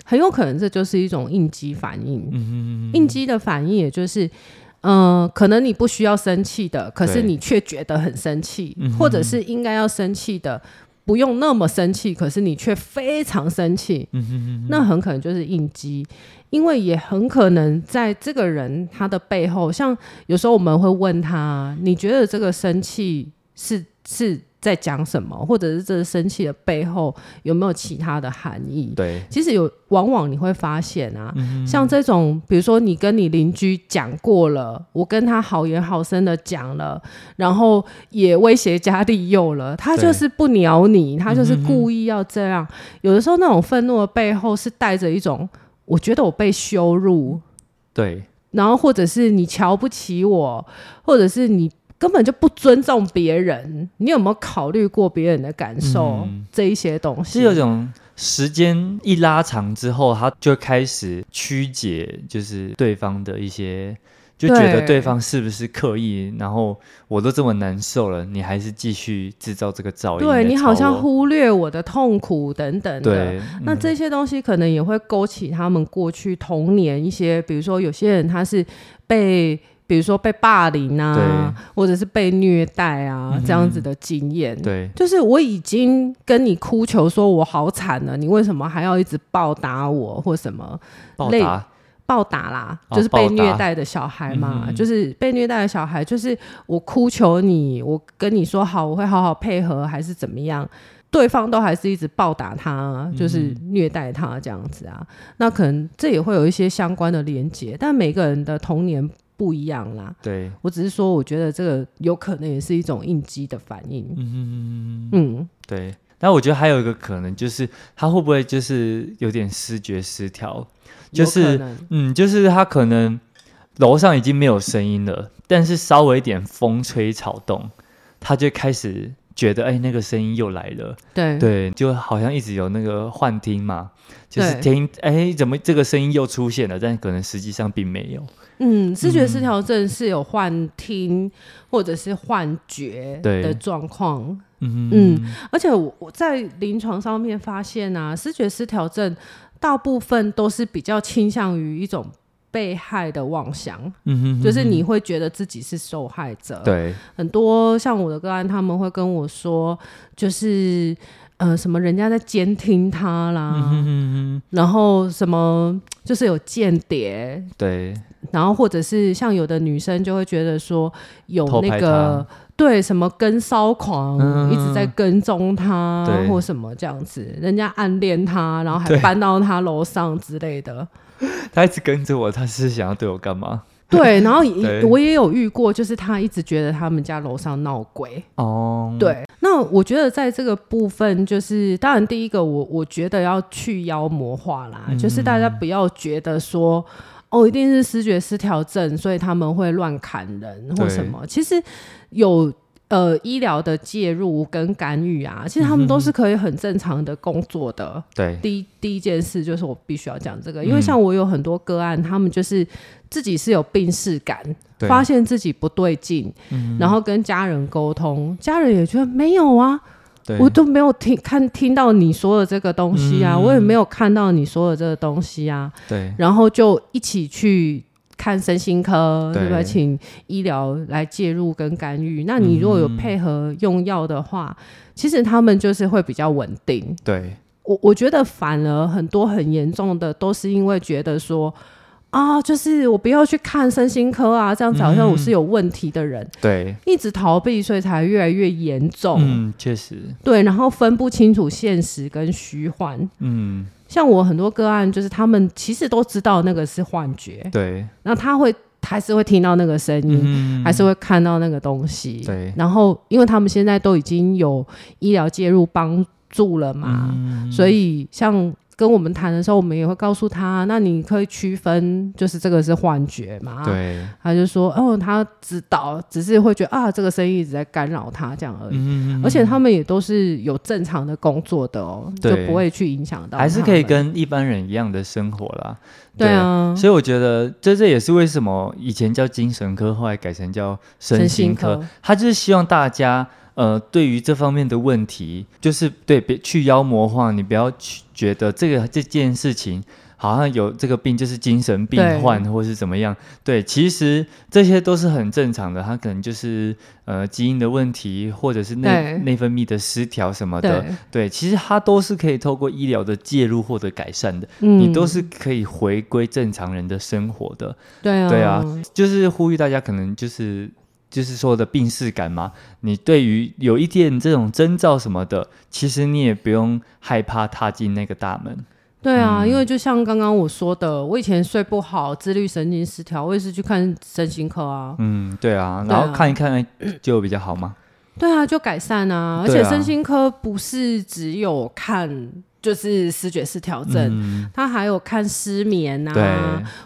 Speaker 2: 很有可能这就是一种应激反应。
Speaker 1: 嗯，
Speaker 2: 应激的反应也就是。嗯、可能你不需要生气的，可是
Speaker 1: 对
Speaker 2: 你却觉得很生气
Speaker 1: 嗯，哼
Speaker 2: 或者是应该要生气的，不用那么生气，可是你却非常生气，
Speaker 1: 嗯
Speaker 2: 那很可能就是应激，因为也很可能在这个人他的背后，像有时候我们会问他，你觉得这个生气是是在讲什么，或者是这个生气的背后有没有其他的含义？
Speaker 1: 对，
Speaker 2: 其实有，往往你会发现啊，
Speaker 1: 嗯
Speaker 2: 像这种，比如说你跟你邻居讲过了，我跟他好言好声的讲了，然后也威胁加利诱了，他
Speaker 1: 对
Speaker 2: 就是不鸟你，他就是
Speaker 1: 嗯哼哼
Speaker 2: 故意要这样。有的时候那种愤怒的背后是带着一种，我觉得我被羞辱，
Speaker 1: 对，
Speaker 2: 然后或者是你瞧不起我，或者是你根本就不尊重别人。你有没有考虑过别人的感受？
Speaker 1: 嗯
Speaker 2: 这一些东西
Speaker 1: 是有种时间一拉长之后，他就开始曲解，就是对方的一些，就觉得
Speaker 2: 对
Speaker 1: 对方是不是刻意，然后我都这么难受了，你还是继续制造这个噪音哦来吵我，
Speaker 2: 对你好像忽略我的痛苦等等的。
Speaker 1: 对，
Speaker 2: 那
Speaker 1: 嗯
Speaker 2: 这些东西可能也会勾起他们过去童年一些，比如说有些人他是被，比如说被霸凌啊，或者是被虐待啊、这样子的经验。，
Speaker 1: 嗯对
Speaker 2: 就是我已经跟你哭求说我好惨了，你为什么还要一直暴打我或什么？
Speaker 1: 报
Speaker 2: 类
Speaker 1: 答，
Speaker 2: 暴打啦，
Speaker 1: 哦
Speaker 2: 就是被
Speaker 1: 暴打
Speaker 2: 虐待的小孩嘛，
Speaker 1: 嗯
Speaker 2: 就是被虐待的小孩，就是我哭求你，我跟你说好，我会好好配合，还是怎么样？对方都还是一直暴打
Speaker 1: 嗯
Speaker 2: 他，就是虐待他这样子啊。那可能这也会有一些相关的连结，但每个人的童年不一样啦。
Speaker 1: 对，
Speaker 2: 我只是说，我觉得这个有可能也是一种应激的反应。
Speaker 1: 嗯，
Speaker 2: 嗯，
Speaker 1: 对。那我觉得还有一个可能就是他会不会就是有点视觉失调，就
Speaker 2: 有可
Speaker 1: 是
Speaker 2: 能
Speaker 1: 嗯，就是他可能楼上已经没有声音了，但是稍微一点风吹草动，他就开始觉得哎、那个声音又来了。
Speaker 2: 对
Speaker 1: 对，就好像一直有那个幻听嘛，就是
Speaker 2: 对
Speaker 1: 听哎，怎么这个声音又出现了？但可能实际上并没有。
Speaker 2: 嗯，视觉失调症是有幻听或者是幻觉
Speaker 1: 对
Speaker 2: 的状况，
Speaker 1: 嗯
Speaker 2: 嗯，而且我我在临床上面发现啊，视觉失调症大部分都是比较倾向于一种被害的妄想，
Speaker 1: 嗯哼
Speaker 2: 就是你会觉得自己是受害者，
Speaker 1: 对
Speaker 2: 很多像我的个案，他们会跟我说，就是呃什么人家在监听他啦，
Speaker 1: 嗯
Speaker 2: 然后什么就是有间谍，
Speaker 1: 对
Speaker 2: 然后或者是像有的女生就会觉得说有
Speaker 1: 偷拍
Speaker 2: 那个对什么跟骚狂、
Speaker 1: 嗯
Speaker 2: 一直在跟踪她
Speaker 1: 对
Speaker 2: 或什么这样子，人家暗恋她，然后还
Speaker 1: 对
Speaker 2: 搬到她楼上之 类的。
Speaker 1: 他一直跟着我，他是想要对我干嘛？
Speaker 2: 对，然后
Speaker 1: 对
Speaker 2: 也我也有遇过，就是她一直觉得他们家楼上闹鬼。
Speaker 1: 哦，
Speaker 2: 对，那我觉得在这个部分，就是当然第一个我，我觉得要去妖魔化啦，就是大家不要觉得说。哦，一定是视觉失调症，所以他们会乱砍人或什么。其实有呃医疗的介入跟干预啊，其实他们都是可以很正常的工作的。
Speaker 1: 对
Speaker 2: 第一第一件事就是我必须要讲这个，因为像我有很多个案，他们就是自己是有病视感，
Speaker 1: 对嗯
Speaker 2: 发现自己不对劲，然后跟家人沟通，家人也觉得没有啊，
Speaker 1: 对，
Speaker 2: 我都没有听看听到你说的这个东西啊，
Speaker 1: 嗯
Speaker 2: 我也没有看到你说的这个东西啊，
Speaker 1: 对
Speaker 2: 然后就一起去。看身心科，
Speaker 1: 对
Speaker 2: 对吧？请医疗来介入跟干预。那
Speaker 1: 嗯
Speaker 2: 你如果有配合用药的话，其实他们就是会比较稳定。
Speaker 1: 对
Speaker 2: 我我觉得反而很多很严重的都是因为觉得说啊，就是我不要去看身心科啊，这样子好像我
Speaker 1: 嗯
Speaker 2: 是有问题的人，
Speaker 1: 对，
Speaker 2: 一直逃避，所以才越来越严重。
Speaker 1: 嗯，确实，
Speaker 2: 对，然后分不清楚现实跟虚幻。
Speaker 1: 嗯，
Speaker 2: 像我很多个案，就是他们其实都知道那个是幻觉，
Speaker 1: 对，
Speaker 2: 那他会还是会听到那个声音，
Speaker 1: 嗯，
Speaker 2: 还是会看到那个东西。
Speaker 1: 对
Speaker 2: 然后因为他们现在都已经有医疗介入帮助了
Speaker 1: 嗯
Speaker 2: 嘛，所以像。跟我们谈的时候，我们也会告诉他，那你可以区分，就是这个是幻觉嘛？。
Speaker 1: 对，
Speaker 2: 他就说，哦，他知道，只是会觉得啊，这个声音一直在干扰他这样而已。
Speaker 1: 嗯，
Speaker 2: 而且他们也都是有正常的工作的哦，就
Speaker 1: 对
Speaker 2: 不会去影响到他们。
Speaker 1: 还是可以跟一般人一样的生活啦。
Speaker 2: 对啊，
Speaker 1: 所以我觉得这这也是为什么以前叫精神科，后来改成叫身
Speaker 2: 身
Speaker 1: 心
Speaker 2: 心
Speaker 1: 科
Speaker 2: 科，
Speaker 1: 他就是希望大家。呃，对于这方面的问题，就是对别去妖魔化，你不要去觉得这个这件事情好像有这个病就是精神病
Speaker 2: 对
Speaker 1: 患或是怎么样，对，其实这些都是很正常的，他可能就是呃基因的问题，或者是内
Speaker 2: 对
Speaker 1: 内分泌的失调什么的，
Speaker 2: 对，
Speaker 1: 对，其实它都是可以透过医疗的介入获得改善的，
Speaker 2: 嗯
Speaker 1: 你都是可以回归正常人的生活的，
Speaker 2: 对啊，
Speaker 1: 对啊，就是呼吁大家可能就是。就是说的病视感嘛，你对于有一点这种征兆什么的，其实你也不用害怕踏进那个大门。
Speaker 2: 对啊，
Speaker 1: 嗯
Speaker 2: 因为就像刚刚我说的，我以前睡不好，自律神经失调，我也是去看身心科啊。
Speaker 1: 嗯，对啊，
Speaker 2: 对
Speaker 1: 然
Speaker 2: 啊
Speaker 1: 后看一看就比较好嘛。
Speaker 2: 对啊，就改善啊，而
Speaker 1: 对啊
Speaker 2: 且身心科不是只有看就是视觉失调症。
Speaker 1: 嗯，
Speaker 2: 它还有看失眠啊
Speaker 1: 对，，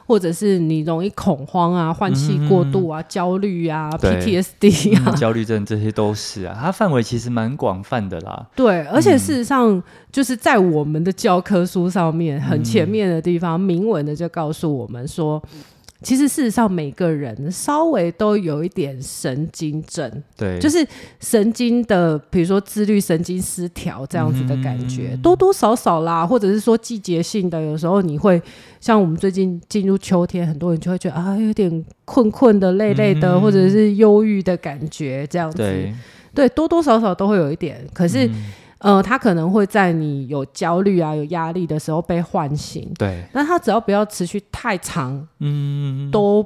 Speaker 2: 或者是你容易恐慌啊、换气过度啊、焦虑啊、
Speaker 1: 嗯对
Speaker 2: PTSD 啊，
Speaker 1: 嗯焦虑症这些都是啊，它范围其实蛮广泛的啦。
Speaker 2: 对，而且事实上，就是在我们的教科书上面很前面的地方，明文的就告诉我们说，其实事实上每个人稍微都有一点神经症，
Speaker 1: 对，
Speaker 2: 就是是神经的，比如说自律神经失调这样子的感觉，
Speaker 1: 嗯
Speaker 2: 多多少少啦，或者是说季节性的，有时候你会像我们最近进入秋天，很多人就会觉得啊，有点困困的、累累的，或者是忧郁的感觉这样子。
Speaker 1: 嗯对，嗯
Speaker 2: 对，多多少少都会有一点，可是，呃，他可能会在你有焦虑啊、有压力的时候被唤醒，
Speaker 1: 对，
Speaker 2: 那他只要不要持续太长，
Speaker 1: 嗯，
Speaker 2: 都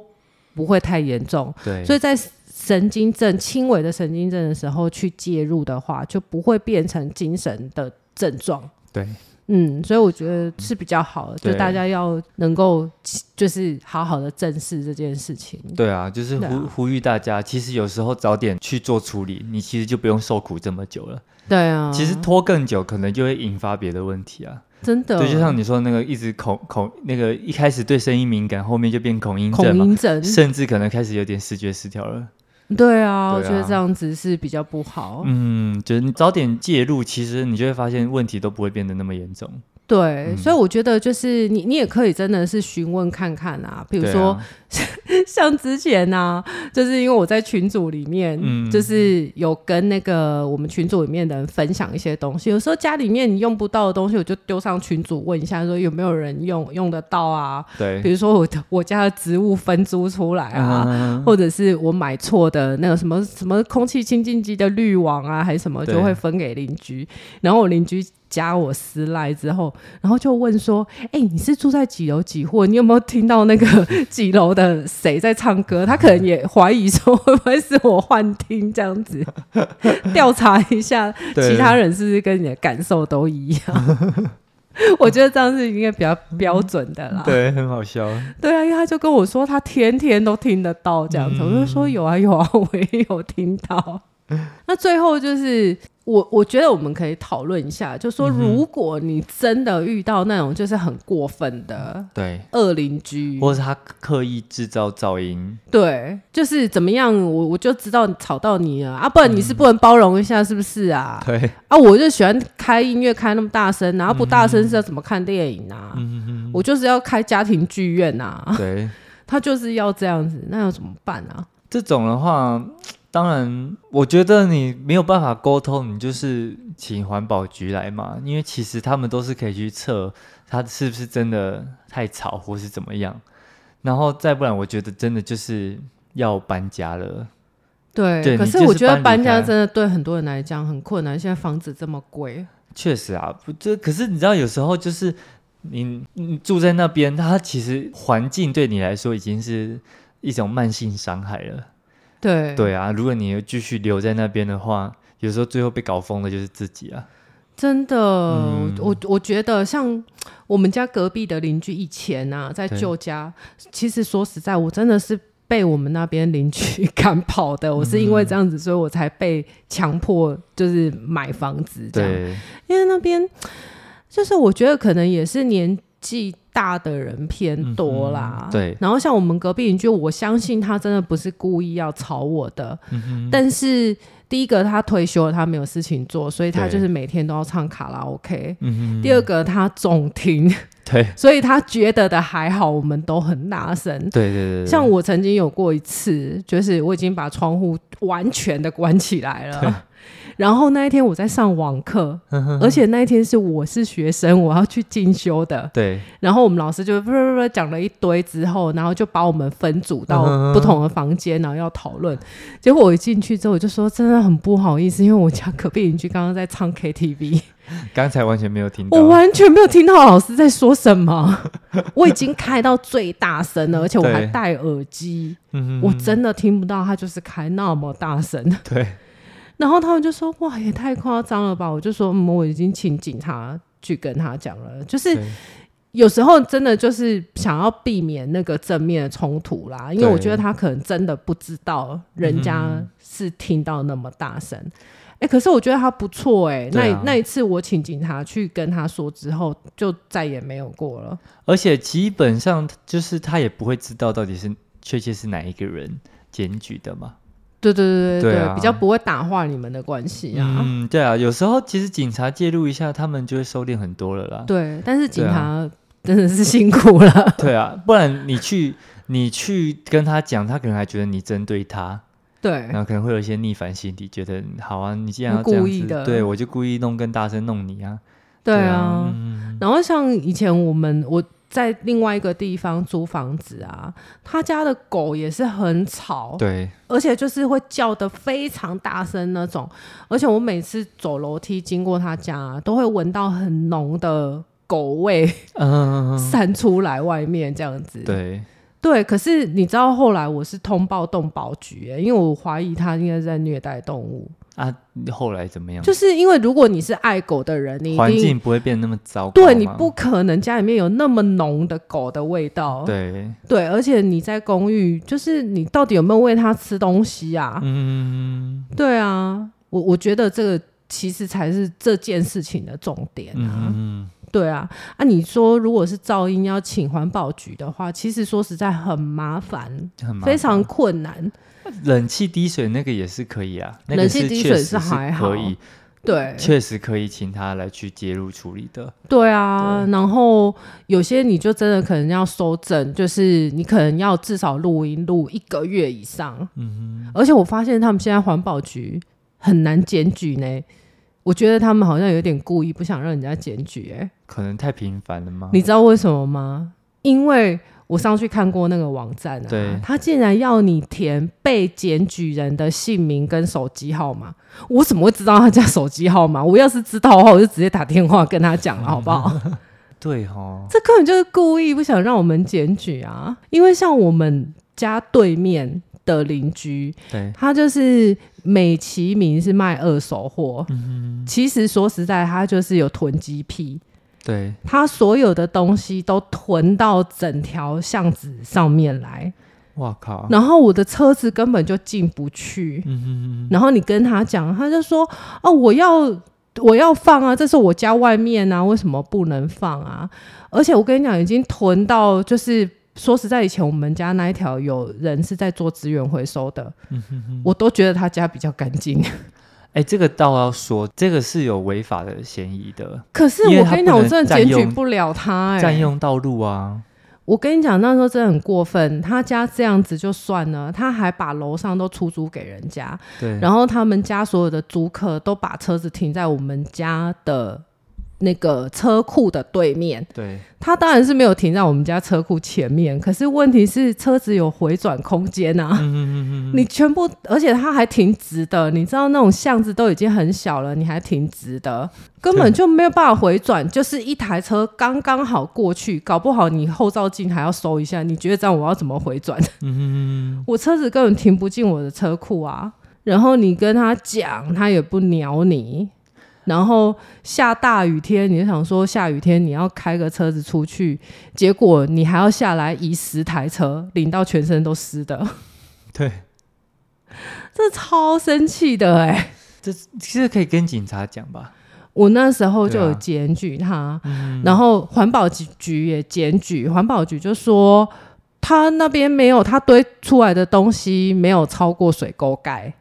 Speaker 2: 不会太严重。
Speaker 1: 对，
Speaker 2: 所以在神经症轻微的神经症的时候去介入的话，就不会变成精神的症状。
Speaker 1: 对，
Speaker 2: 嗯，所以我觉得是比较好的，就
Speaker 1: 对
Speaker 2: 大家要能够就是好好的正视这件事情。
Speaker 1: 对啊，就是呼、
Speaker 2: 对啊
Speaker 1: 呼吁大家，其实有时候早点去做处理，你其实就不用受苦这么久了。
Speaker 2: 对啊，
Speaker 1: 其实拖更久，可能就会引发别的问题啊。
Speaker 2: 真的
Speaker 1: 对，就像你说那个一直恐恐那个一开始对声音敏感，后面就变恐音
Speaker 2: 恐
Speaker 1: 症嘛，
Speaker 2: 音症，
Speaker 1: 甚至可能开始有点视觉失调了。
Speaker 2: 对啊，我
Speaker 1: 对
Speaker 2: 觉
Speaker 1: 啊
Speaker 2: 得这样子是比较不好。
Speaker 1: 嗯，就是你早点介入，其实你就会发现问题都不会变得那么严重。
Speaker 2: 对，
Speaker 1: 嗯
Speaker 2: 所以我觉得就是你，你也可以真的是询问看看啊，比如
Speaker 1: 对
Speaker 2: 说、
Speaker 1: 啊
Speaker 2: 像之前呢、就是因为我在群组里面，
Speaker 1: 嗯
Speaker 2: 就是有跟那个我们群组里面的人分享一些东西，有时候家里面你用不到的东西，我就丢上群组问一下，说有没有人用用得到啊？比
Speaker 1: 对
Speaker 2: 如说我的我家的植物分租出来啊。
Speaker 1: 啊，
Speaker 2: 或者是我买错的那个什么什么空气清净机的滤网啊，还是什么，
Speaker 1: 对
Speaker 2: 就会分给邻居。然后我邻居加我私赖之后，然后就问说：“哎、你是住在几楼几户？你有没有听到那个几楼的谁在唱歌？”他可能也怀疑说会不会是我幻听这样子，调查一下
Speaker 1: 对
Speaker 2: 其他人是不是跟你的感受都一样。我觉得这样是应该比较标准的啦。
Speaker 1: 对，很好笑。
Speaker 2: 对啊，因为他就跟我说他天天都听得到这样子，我就说有啊有啊，我也有听到。那最后就是我我觉得我们可以讨论一下，就说如果你真的遇到那种就是很过分的
Speaker 1: 对，
Speaker 2: 恶邻居，
Speaker 1: 或是他刻意制造噪音，
Speaker 2: 对，就是怎么样，我我就知道吵到你了啊，不然你是不能包容一下是不是啊？
Speaker 1: 对，
Speaker 2: 啊，我就喜欢开音乐开那么大声，啊然后不大声是要怎么看电影啊？我就是要开家庭剧院啊，
Speaker 1: 对。
Speaker 2: 他就是要这样子，那要怎么办啊？
Speaker 1: 这种的话，当然，我觉得你没有办法沟通，你就是请环保局来嘛，因为其实他们都是可以去测它是不是真的太吵或是怎么样。然后再不然，我觉得真的就是要搬家了。
Speaker 2: 对，
Speaker 1: 对
Speaker 2: 可
Speaker 1: 你
Speaker 2: 是
Speaker 1: 就是
Speaker 2: 我觉得
Speaker 1: 搬
Speaker 2: 搬
Speaker 1: 离它
Speaker 2: 家真的对很多人来讲很困难。现在房子这么贵，
Speaker 1: 确实啊，不这可是你知道，有时候就是你你住在那边，它其实环境对你来说已经是一种慢性伤害了。
Speaker 2: 对
Speaker 1: 对啊，如果你又继续留在那边的话，有时候最后被搞疯的就是自己啊。
Speaker 2: 真的，
Speaker 1: 嗯
Speaker 2: 我我觉得像我们家隔壁的邻居以前啊，在
Speaker 1: 对
Speaker 2: 旧家，其实说实在，我真的是。被我们那边邻居 赶跑的，我是因为这样子，所以我才被强迫就是买房子这样。
Speaker 1: 对，
Speaker 2: 因为那边就是我觉得可能也是年纪大的人偏多啦。
Speaker 1: 嗯哼对
Speaker 2: 然后像我们隔壁邻居，我相信他真的不是故意要吵我的，
Speaker 1: 嗯
Speaker 2: 但是。第一个，他退休了，他没有事情做，所以他
Speaker 1: 对
Speaker 2: 就是每天都要唱卡拉 OK。
Speaker 1: 嗯哼，
Speaker 2: 第二个，他总听，
Speaker 1: 对
Speaker 2: 所以他觉得的还好，我们都很大声。
Speaker 1: 对对对，对
Speaker 2: 像我曾经有过一次，就是我已经把窗户完全的关起来了。 然后那一天我在上网课，
Speaker 1: 嗯
Speaker 2: 而且那一天是我是学生，我要去进修的。
Speaker 1: 对
Speaker 2: 然后我们老师就不不不讲了一堆之后，然后就把我们分组
Speaker 1: 嗯
Speaker 2: 到不同的房间，然后要讨论。结果我一进去之后，我就说真的很不好意思，因为我家隔壁邻居刚刚在唱 KTV，
Speaker 1: 刚才完全没有听到
Speaker 2: 我，完全没有听到老师在说什么。 我已经开到最大声了，而且我还
Speaker 1: 对
Speaker 2: 戴耳机，
Speaker 1: 嗯哼
Speaker 2: 我真的听不到他就是开那么大声。
Speaker 1: 对
Speaker 2: 然后他们就说：“哇，也太夸张了吧！”我就说：“嗯，我已经请警察去跟他讲了。”就是
Speaker 1: 对
Speaker 2: 有时候真的就是想要避免那个正面的冲突啦，因为
Speaker 1: 对
Speaker 2: 我觉得他可能真的不知道人家是听到那么大声。哎、可是我觉得他不错哎、
Speaker 1: 嗯对啊
Speaker 2: 那那一次我请警察去跟他说之后，就再也没有过了。
Speaker 1: 而且基本上就是他也不会知道到底是确切是哪一个人检举的嘛。
Speaker 2: 对对对对
Speaker 1: 对啊
Speaker 2: 比较不会打坏你们的关系啊。
Speaker 1: 嗯，对啊，有时候其实警察介入一下，他们就会收敛很多了啦。
Speaker 2: 对，但是警
Speaker 1: 对啊
Speaker 2: 察真的是辛苦了。
Speaker 1: 对啊，不然你去你去跟他讲，他可能还觉得你针对他，
Speaker 2: 对啊
Speaker 1: 然后可能会有一些逆反心理，觉得好啊，你既然
Speaker 2: 你
Speaker 1: 要这样
Speaker 2: 故意
Speaker 1: 子
Speaker 2: 的
Speaker 1: 对我就故意弄更大声弄你啊。
Speaker 2: 对
Speaker 1: 啊
Speaker 2: 啊，，
Speaker 1: 嗯
Speaker 2: 然后像以前我们我在另外一个地方租房子啊，他家的狗也是很吵，
Speaker 1: 对，
Speaker 2: 而且就是会叫的非常大声那种，而且我每次走楼梯经过他家啊、都会闻到很浓的狗味
Speaker 1: 嗯，
Speaker 2: 散出来外面这样子。
Speaker 1: 对，
Speaker 2: 对可是你知道后来我是通报动保局、欸因为我怀疑他应该是在虐待动物，
Speaker 1: 啊，后来怎么样？
Speaker 2: 就是因为如果你是爱狗的人，你
Speaker 1: 嗯环
Speaker 2: 一定。
Speaker 1: 境不会变得那么糟糕吗，
Speaker 2: 对，你不可能家里面有那么浓的狗的味道。
Speaker 1: 对，
Speaker 2: 对，而且你在公寓，就是你到底有没有喂它吃东西啊？
Speaker 1: 嗯
Speaker 2: 对啊，我我觉得这个其实才是这件事情的重点啊。
Speaker 1: 嗯，
Speaker 2: 对啊，啊，你说如果是噪音要请环保局的话，其实说实在很麻烦。
Speaker 1: 很麻烦
Speaker 2: 非常困难，
Speaker 1: 冷气滴水那个也是可以啊，那个
Speaker 2: 冷气
Speaker 1: 是
Speaker 2: 滴
Speaker 1: 确
Speaker 2: 水
Speaker 1: 实
Speaker 2: 是
Speaker 1: 是
Speaker 2: 还好
Speaker 1: 可以，
Speaker 2: 对
Speaker 1: 确实可以请他来去介入处理的。
Speaker 2: 对啊。然后有些你就真的可能要收证，就是你可能要至少录音录一个月以上，
Speaker 1: 嗯
Speaker 2: 而且我发现他们现在环保局很难检举呢。我觉得他们好像有点故意不想让人家检举、欸，
Speaker 1: 哼，可能太频繁了吗？
Speaker 2: 你知道为什么吗？因为我上去看过那个网站
Speaker 1: 对
Speaker 2: 啊，他竟然要你填被检举人的姓名跟手机号码，我怎么会知道他家手机号码？我要是知道的话，我就直接打电话跟他讲了，好不好？
Speaker 1: 对哦，
Speaker 2: 这根本就是故意不想让我们检举啊！因为像我们家对面的邻居，
Speaker 1: 对，
Speaker 2: 他就是美其名是卖二手货，其实说实在，他就是有囤积癖，
Speaker 1: 对，
Speaker 2: 他所有的东西都囤到整条巷子上面来，
Speaker 1: 哇靠，
Speaker 2: 然后我的车子根本就进不去。
Speaker 1: 嗯哼
Speaker 2: 然后你跟他讲，他就说：“哦，我要。”我要放啊，这是我家外面啊，为什么不能放啊？而且我跟你讲，已经囤到就是说实在，以前我们家那一条有人是在做资源回收的，
Speaker 1: 嗯哼哼，
Speaker 2: 我都觉得他家比较干净。
Speaker 1: 哎，这个倒要说，这个是有违法的嫌疑的，
Speaker 2: 可是
Speaker 1: 因为
Speaker 2: 我
Speaker 1: 他
Speaker 2: 跟你讲，
Speaker 1: 不
Speaker 2: 我
Speaker 1: 能
Speaker 2: 真的
Speaker 1: 占
Speaker 2: 检举
Speaker 1: 用
Speaker 2: 不了他、哎，
Speaker 1: 占。用道路啊，
Speaker 2: 我跟你讲，那时候真的很过分，他家这样子就算了，他还把楼上都出租给人家，
Speaker 1: 对，
Speaker 2: 然后他们家所有的租客都把车子停在我们家的。那个车库的对面，
Speaker 1: 对，
Speaker 2: 他当然是没有停在我们家车库前面。可是问题是，车子有回转空间啊，
Speaker 1: 嗯哼哼哼，
Speaker 2: 你全部，而且它还挺直的，你知道那种巷子都已经很小了，你还挺直的，根本就没有办法回转，就是一台车刚刚好过去，搞不好你后照镜还要收一下，你觉得这样我要怎么回转？
Speaker 1: 嗯哼哼
Speaker 2: 我车子根本停不进我的车库啊，然后你跟他讲，他也不鸟你。然后下大雨天，你就想说下雨天你要开个车子出去，结果你还要下来移十台车，淋到全身都湿的。
Speaker 1: 哼，对，
Speaker 2: 这超生气的哎、
Speaker 1: 这其实可以跟警察讲吧，
Speaker 2: 我那时候就
Speaker 1: 对
Speaker 2: 有
Speaker 1: 啊
Speaker 2: 检举他，
Speaker 1: 嗯
Speaker 2: 然后环保局局也检举，环保局就说他那边没有他堆出来的东西没有超过水沟盖，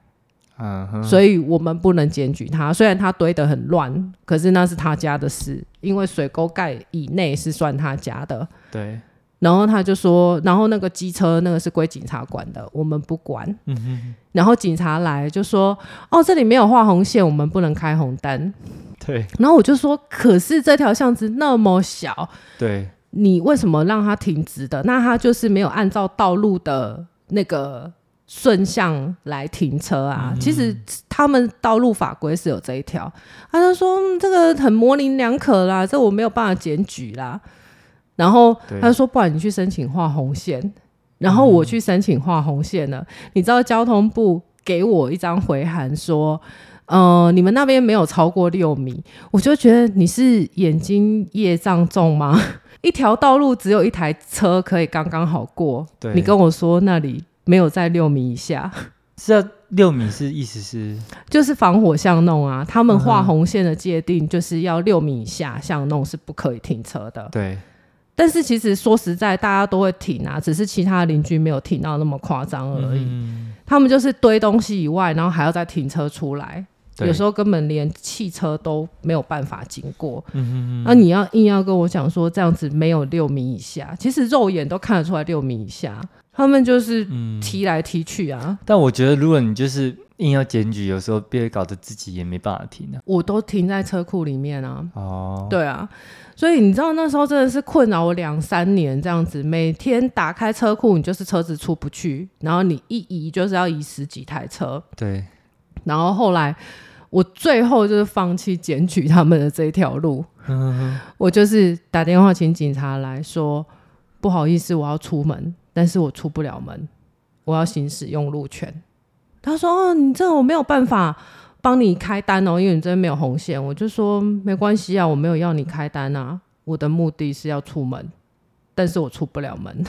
Speaker 1: 嗯哼，
Speaker 2: 所以我们不能检举他。虽然他堆得很乱，可是那是他家的事，因为水沟盖以内是算他家的。
Speaker 1: 对，
Speaker 2: 然后他就说，然后那个机车那个是归警察管的，我们不管。
Speaker 1: 嗯哼，
Speaker 2: 然后警察来就说：“哦，这里没有画红线，我们不能开红单。
Speaker 1: 对”
Speaker 2: 然后我就说：“可是这条巷子那么小，
Speaker 1: 对
Speaker 2: 你为什么让它停直的？那它就是没有按照道路的那个顺向来停车啊。其实他们道路法规是有这一条。”他就说、嗯这个很模棱两可啦，这我没有办法检举啦。”然后
Speaker 1: 对
Speaker 2: 他就说：“不然你去申请画红线。”然后我去申请画红线了。你知道交通部给我一张回函说，呃，你们那边没有超过六米，我就觉得你是眼睛业障重吗？ 一条道路只有一台车可以刚刚好过，
Speaker 1: 对。
Speaker 2: 你跟我说那里没有在六米以下，
Speaker 1: 是要六米是意思是
Speaker 2: 就是防火巷弄啊，他们画
Speaker 1: 嗯哼
Speaker 2: 红线的界定就是要六米以下巷弄是不可以停车的。
Speaker 1: 对
Speaker 2: 但是其实说实在，大家都会停啊，只是其他的邻居没有停到那么夸张而已。
Speaker 1: 嗯
Speaker 2: 他们就是堆东西以外，然后还要再停车出来，
Speaker 1: 对
Speaker 2: 有时候根本连汽车都没有办法经过。
Speaker 1: 嗯
Speaker 2: 那、你要硬要跟我讲说这样子没有六米以下，其实肉眼都看得出来六米以下，他们就是
Speaker 1: 嗯。
Speaker 2: 踢来踢去啊。
Speaker 1: 但我觉得如果你就是硬要检举，有时候别搞得自己也没办法停啊。
Speaker 2: 我都停在车库里面啊。
Speaker 1: 哦，
Speaker 2: 对啊，所以你知道那时候真的是困扰我两三年这样子，每天打开车库，你就是车子出不去，然后你一移就是要移十几台车，
Speaker 1: 对
Speaker 2: 然后后来我最后就是放弃检举他们的这一条路，我就是打电话请警察来说，不好意思，我要出门，但是我出不了门，我要行使用路权。他说：“哦，你这个我没有办法帮你开单哦，因为你这边没有红线。”我就说：“没关系啊，我没有要你开单啊，我的目的是要出门，但是我出不了门。”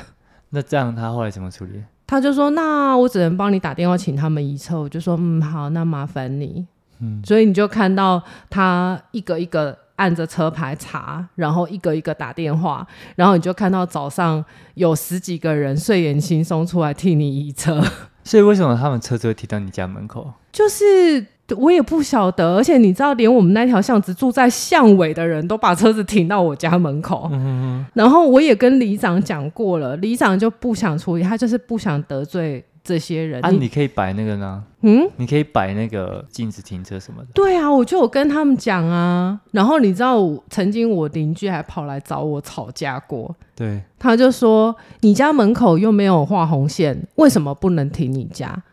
Speaker 1: 那这样他后来怎么处理？
Speaker 2: 他就说：“那我只能帮你打电话请他们移车。”我就说：“嗯，好，那麻烦你。”
Speaker 1: 嗯
Speaker 2: 所以你就看到他一个一个按着车牌查，然后一个一个打电话，然后你就看到早上有十几个人睡眼惺忪出来替你移车。
Speaker 1: 所以为什么他们车子会停到你家门口？
Speaker 2: 就是我也不晓得，而且你知道，连我们那条巷子住在巷尾的人都把车子停到我家门口。
Speaker 1: 嗯
Speaker 2: 然后我也跟里长讲过了，里长就不想处理，他就是不想得罪这些人。
Speaker 1: 啊，你可以摆那个呢，
Speaker 2: 嗯。
Speaker 1: 你可以摆那个禁止停车什么的。
Speaker 2: 对啊，我就有跟他们讲啊，然后你知道，我曾经我邻居还跑来找我吵架过，
Speaker 1: 对，
Speaker 2: 他就说你家门口又没有画红线，为什么不能停你家？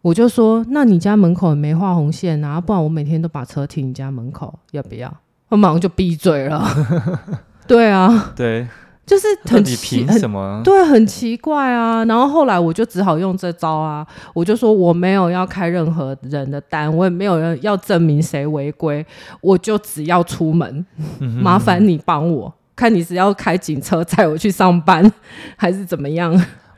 Speaker 2: 我就说那你家门口也没画红线啊，不然我每天都把车停你家门口，要不要？我马上就闭嘴了。 对啊，
Speaker 1: 对，
Speaker 2: 就是
Speaker 1: 到
Speaker 2: 很
Speaker 1: 底
Speaker 2: 奇
Speaker 1: 凭
Speaker 2: 很
Speaker 1: 什么？
Speaker 2: 对，很奇怪啊。然后后来我就只好用这招啊，我就说我没有要开任何人的单，我也没有人要证明谁违规，我就只要出门，
Speaker 1: 嗯
Speaker 2: 麻烦你帮我。看你是要开警车载我去上班，还是怎么样？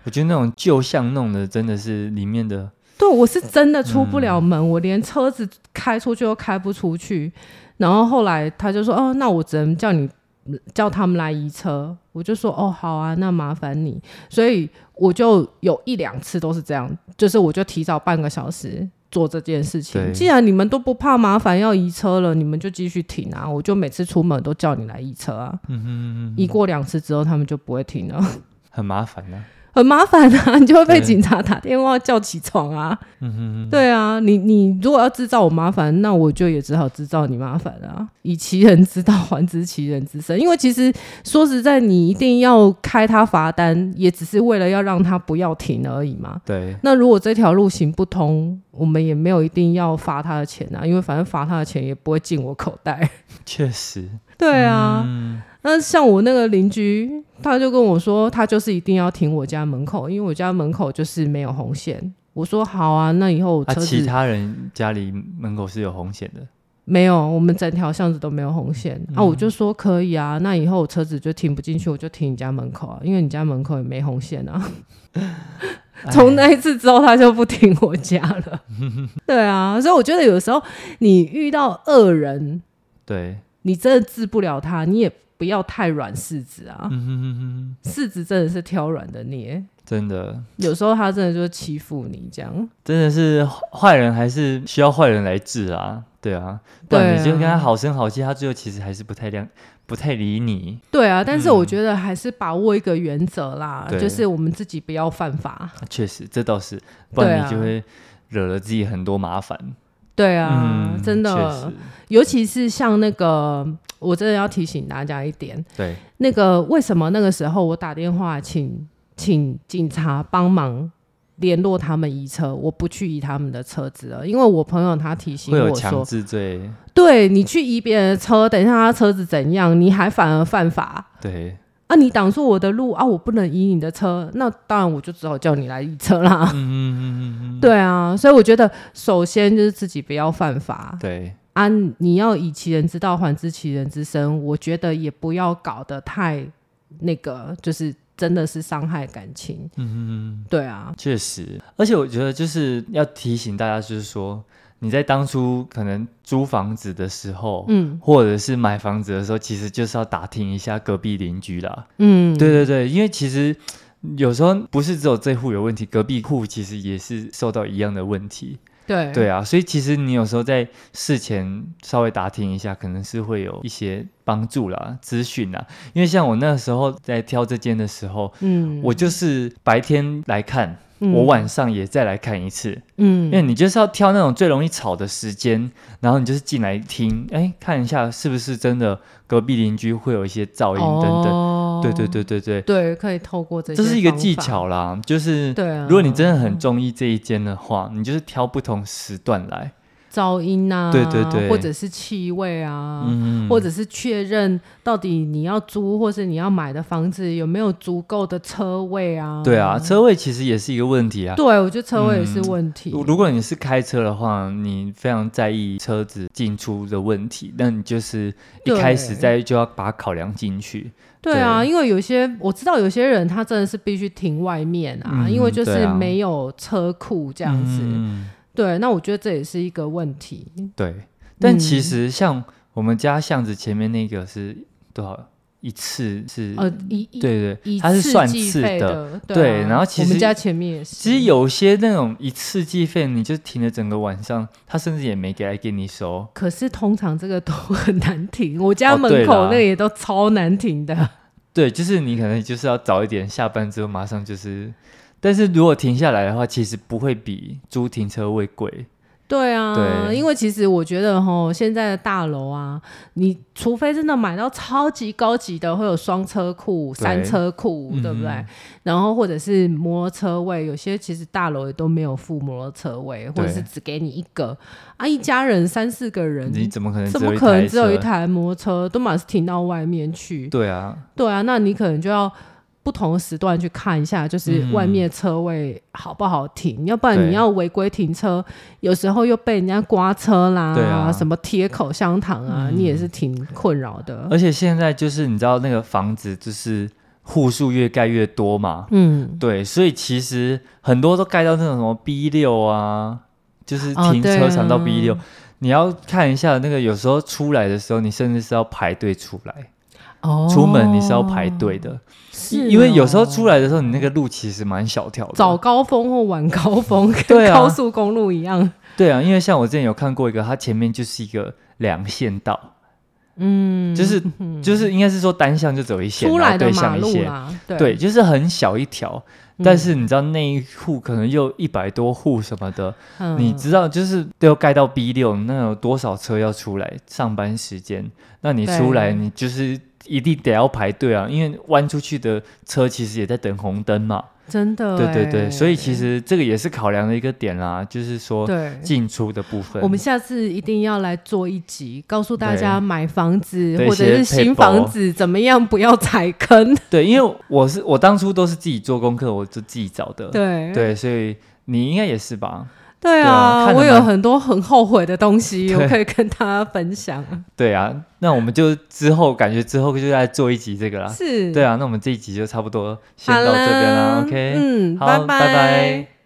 Speaker 1: 我觉得那种旧巷弄的真的是里面的，
Speaker 2: 对，我是真的出不了
Speaker 1: 嗯
Speaker 2: 门，我连车子开出去都开不出去。然后后来他就说：“哦，那我只能叫你嗯叫他们来移车。”我就说：“哦，好啊，那麻烦你。”所以我就有一两次都是这样，就是我就提早半个小时做这件事情。
Speaker 1: 对
Speaker 2: 既然你们都不怕麻烦要移车了，你们就继续停啊！我就每次出门都叫你来移车啊。
Speaker 1: 嗯哼，
Speaker 2: 移过两次之后，他们就不会停了，
Speaker 1: 很麻烦呢。
Speaker 2: 很麻烦啊！你就会被
Speaker 1: 对
Speaker 2: 警察打电话叫起床啊。
Speaker 1: 嗯哼，
Speaker 2: 对啊，你你如果要制造我麻烦，那我就也只好制造你麻烦啊。以其人之道还治其人之身，因为其实说实在，你一定要开他罚单，也只是为了要让他不要停而已嘛。
Speaker 1: 对，
Speaker 2: 那如果这条路行不通，我们也没有一定要罚他的钱啊，因为反正罚他的钱也不会进我口袋。
Speaker 1: 确实，
Speaker 2: 对啊，
Speaker 1: 嗯，
Speaker 2: 那像我那个邻居，他就跟我说，他就是一定要停我家门口，因为我家门口就是没有红线。我说好啊，那以后我
Speaker 1: 啊，
Speaker 2: 车子、
Speaker 1: 其他人家里门口是有红线的。
Speaker 2: 没有，我们整条巷子都没有红线、
Speaker 1: 嗯
Speaker 2: 啊！我就说可以啊，那以后我车子就停不进去，我就停你家门口啊，因为你家门口也没红线啊。
Speaker 1: 哎
Speaker 2: 从那一次之后，他就不停我家了。 对啊，所以我觉得有时候你遇到恶人，
Speaker 1: 对，
Speaker 2: 你真的治不了他，你也不要太软柿子啊，
Speaker 1: 嗯哼哼哼，
Speaker 2: 柿子真的是挑软的捏，
Speaker 1: 真的，
Speaker 2: 有时候他真的就是欺负你这样。
Speaker 1: 真的是坏人还是需要坏人来治啊，对啊，不然你
Speaker 2: 对啊
Speaker 1: 就跟他好声好气，他最后其实还是不太谅，不太理你。
Speaker 2: 对啊，但是我觉得还是把握一个原则啦，
Speaker 1: 嗯对
Speaker 2: 就是我们自己不要犯法。
Speaker 1: 确实，这倒是，不然
Speaker 2: 对啊
Speaker 1: 你就会惹了自己很多麻烦。
Speaker 2: 对啊，
Speaker 1: 嗯
Speaker 2: 真
Speaker 1: 确
Speaker 2: 的
Speaker 1: 实，，
Speaker 2: 尤其是像那个，我真的要提醒大家一点，
Speaker 1: 对，
Speaker 2: 那个为什么那个时候我打电话请请警察帮忙联络他们移车，我不去移他们的车子了，因为我朋友他提醒
Speaker 1: 会有
Speaker 2: 我
Speaker 1: 强
Speaker 2: 说，
Speaker 1: 制罪，
Speaker 2: 对你去移别人的车，等一下他车子怎样，你还反而犯法。
Speaker 1: 对，
Speaker 2: 啊！你挡住我的路啊！我不能移你的车，那当然我就只好叫你来移车啦。
Speaker 1: 嗯嗯嗯嗯嗯，
Speaker 2: 对啊，所以我觉得首先就是自己不要犯法
Speaker 1: 对，
Speaker 2: 啊！你要以其人之道还治其人之身，我觉得也不要搞得太那个，就是真的是伤害感情。
Speaker 1: 嗯嗯嗯，
Speaker 2: 对啊，
Speaker 1: 确实，而且我觉得就是要提醒大家，就是说你在当初可能租房子的时候，
Speaker 2: 嗯
Speaker 1: 或者是买房子的时候，其实就是要打听一下隔壁邻居啦。
Speaker 2: 嗯，
Speaker 1: 对对对，因为其实有时候不是只有这户有问题，隔壁户其实也是受到一样的问题。
Speaker 2: 对
Speaker 1: 对啊，所以其实你有时候在事前稍微打听一下，可能是会有一些帮助啦、资讯啦。因为像我那时候在挑这间的时候，
Speaker 2: 嗯，
Speaker 1: 我就是白天来看，
Speaker 2: 嗯
Speaker 1: 我晚上也再来看一次，因为
Speaker 2: 嗯
Speaker 1: 你就是要挑那种最容易吵的时间，然后你就是进来听，哎，看一下是不是真的隔壁邻居会有一些噪音等等。
Speaker 2: 哦
Speaker 1: 对对对对对，
Speaker 2: 对，可以透过这些
Speaker 1: 这是一个
Speaker 2: 方
Speaker 1: 技
Speaker 2: 法。
Speaker 1: 巧啦，就是
Speaker 2: 对啊，
Speaker 1: 如果你真的很中意这一间的话，你就是挑不同时段来。
Speaker 2: 噪音啊，
Speaker 1: 对对对
Speaker 2: 或者是气味啊，
Speaker 1: 嗯
Speaker 2: 或者是确认到底你要租或是你要买的房子有没有足够的车位啊？
Speaker 1: 对啊，车位其实也是一个问题啊。
Speaker 2: 对我觉得车位也是问题。
Speaker 1: 如如果你是开车的话，你非常在意车子进出的问题，那你就是一
Speaker 2: 对
Speaker 1: 开始在就要把它考量进去。
Speaker 2: 对啊，因为有些我知道有些人他真的是必须停外面啊，
Speaker 1: 嗯
Speaker 2: 因为就
Speaker 1: 对
Speaker 2: 是
Speaker 1: 啊
Speaker 2: 没有车库
Speaker 1: 这
Speaker 2: 这样子。
Speaker 1: 嗯、
Speaker 2: 对，那我觉得这也是一个问题。
Speaker 1: 对。但
Speaker 2: 嗯
Speaker 1: 其实像我们家巷子前面那个是多少一次是？
Speaker 2: 呃，一一
Speaker 1: 对对，
Speaker 2: 一
Speaker 1: 它是
Speaker 2: 次
Speaker 1: 算
Speaker 2: 计
Speaker 1: 次
Speaker 2: 费
Speaker 1: 的。
Speaker 2: 的，嗯
Speaker 1: 对
Speaker 2: 啊
Speaker 1: 然后其
Speaker 2: 我们
Speaker 1: 实
Speaker 2: 家前面也是，
Speaker 1: 其实有些那种一次计费，你就停了整个晚上，他甚至也没给来给你收。
Speaker 2: 可是通常这个都很难停，我家
Speaker 1: 哦
Speaker 2: 门
Speaker 1: 对
Speaker 2: 口
Speaker 1: 啦
Speaker 2: 那个也都超难停的。
Speaker 1: 对，就是你可能就是要早一点下班之后马上就是，但是如果停下来的话，其实不会比租停车位贵。
Speaker 2: 对啊，
Speaker 1: 对
Speaker 2: 因为其实我觉得哈，现在的大楼啊，你除非真的买到超级高级的，会有双车库、
Speaker 1: 对嗯
Speaker 2: 三车库，对不对？然后或者是摩托车位，有些其实大楼也都没有附摩托车位，或者是只给你一个啊，一家人三四个人，
Speaker 1: 你怎么可能
Speaker 2: 嗯怎
Speaker 1: 只有
Speaker 2: 么
Speaker 1: 一
Speaker 2: 可能
Speaker 1: 台
Speaker 2: 只有一
Speaker 1: 车？
Speaker 2: 台摩托车？都马是停到外面去。
Speaker 1: 对啊，
Speaker 2: 对啊，那你可能就要不同的时段去看一下，就是
Speaker 1: 嗯
Speaker 2: 外面车位好不好停，要不然
Speaker 1: 对
Speaker 2: 你要违规停车，有时候又被人家刮车啦，
Speaker 1: 对啊嗯
Speaker 2: 什么贴口香糖啊，你也是挺困扰的。
Speaker 1: 而且现在就是你知道那个房子就是户数越盖越多嘛，
Speaker 2: 嗯，
Speaker 1: 对，所以其实很多都盖到那种什么 B 六啊，就是
Speaker 2: 哦
Speaker 1: 停
Speaker 2: 对
Speaker 1: 车场到
Speaker 2: 啊
Speaker 1: B 六、你要看一下那个有时候出来的时候，你甚至是要排队出来，
Speaker 2: 哦
Speaker 1: 出门你是要排，队的。
Speaker 2: 是
Speaker 1: 因为有时候
Speaker 2: 哦
Speaker 1: 出来的时候，你那个路其实蛮小条的。
Speaker 2: 早高峰或晚高峰，
Speaker 1: 对
Speaker 2: 跟
Speaker 1: 啊
Speaker 2: 高速公路一样。
Speaker 1: 对啊，因为像我之前有看过一个，它前面就是一个两线道，
Speaker 2: 嗯，
Speaker 1: 就是就是应该是说单向就走一线，
Speaker 2: 出
Speaker 1: 然后
Speaker 2: 来的
Speaker 1: 对
Speaker 2: 马
Speaker 1: 向一
Speaker 2: 路
Speaker 1: 线，
Speaker 2: 啦，对嗯
Speaker 1: 对，就是很小一条。但是你知道那一户可能又一百多户什么的，
Speaker 2: 嗯
Speaker 1: 你知道就是都盖到 B 六，那有多少车要出来上班时间？那你出来
Speaker 2: 对
Speaker 1: 你就是一定得要排队啊，因为弯出去的车其实也在等红灯嘛。
Speaker 2: 真的
Speaker 1: 对对对，
Speaker 2: 欸
Speaker 1: 所以其实这个也是考量的一个点啦，就是说
Speaker 2: 对
Speaker 1: 进出的部分。
Speaker 2: 我们下次一定要来做一集，告诉大家买房子
Speaker 1: 对
Speaker 2: 或者是新房子怎么样不要踩坑。
Speaker 1: 对，因为我是我当初都是自己做功课，我就自己找的。
Speaker 2: 对
Speaker 1: 对，所以你应该也是吧？
Speaker 2: 对
Speaker 1: 对啊
Speaker 2: 啊，
Speaker 1: 看得
Speaker 2: 我
Speaker 1: 蛮
Speaker 2: 有很多很后悔的东西，
Speaker 1: 对
Speaker 2: 我可以跟大家 分享。
Speaker 1: 对啊，那我们就之后感觉之后就来做一集这个啦。
Speaker 2: 是，
Speaker 1: 对啊，那我们这一集就差不多
Speaker 2: 好
Speaker 1: 啊先
Speaker 2: 啦，
Speaker 1: 到这边啦。OK，
Speaker 2: 嗯，
Speaker 1: 好
Speaker 2: 拜
Speaker 1: 拜拜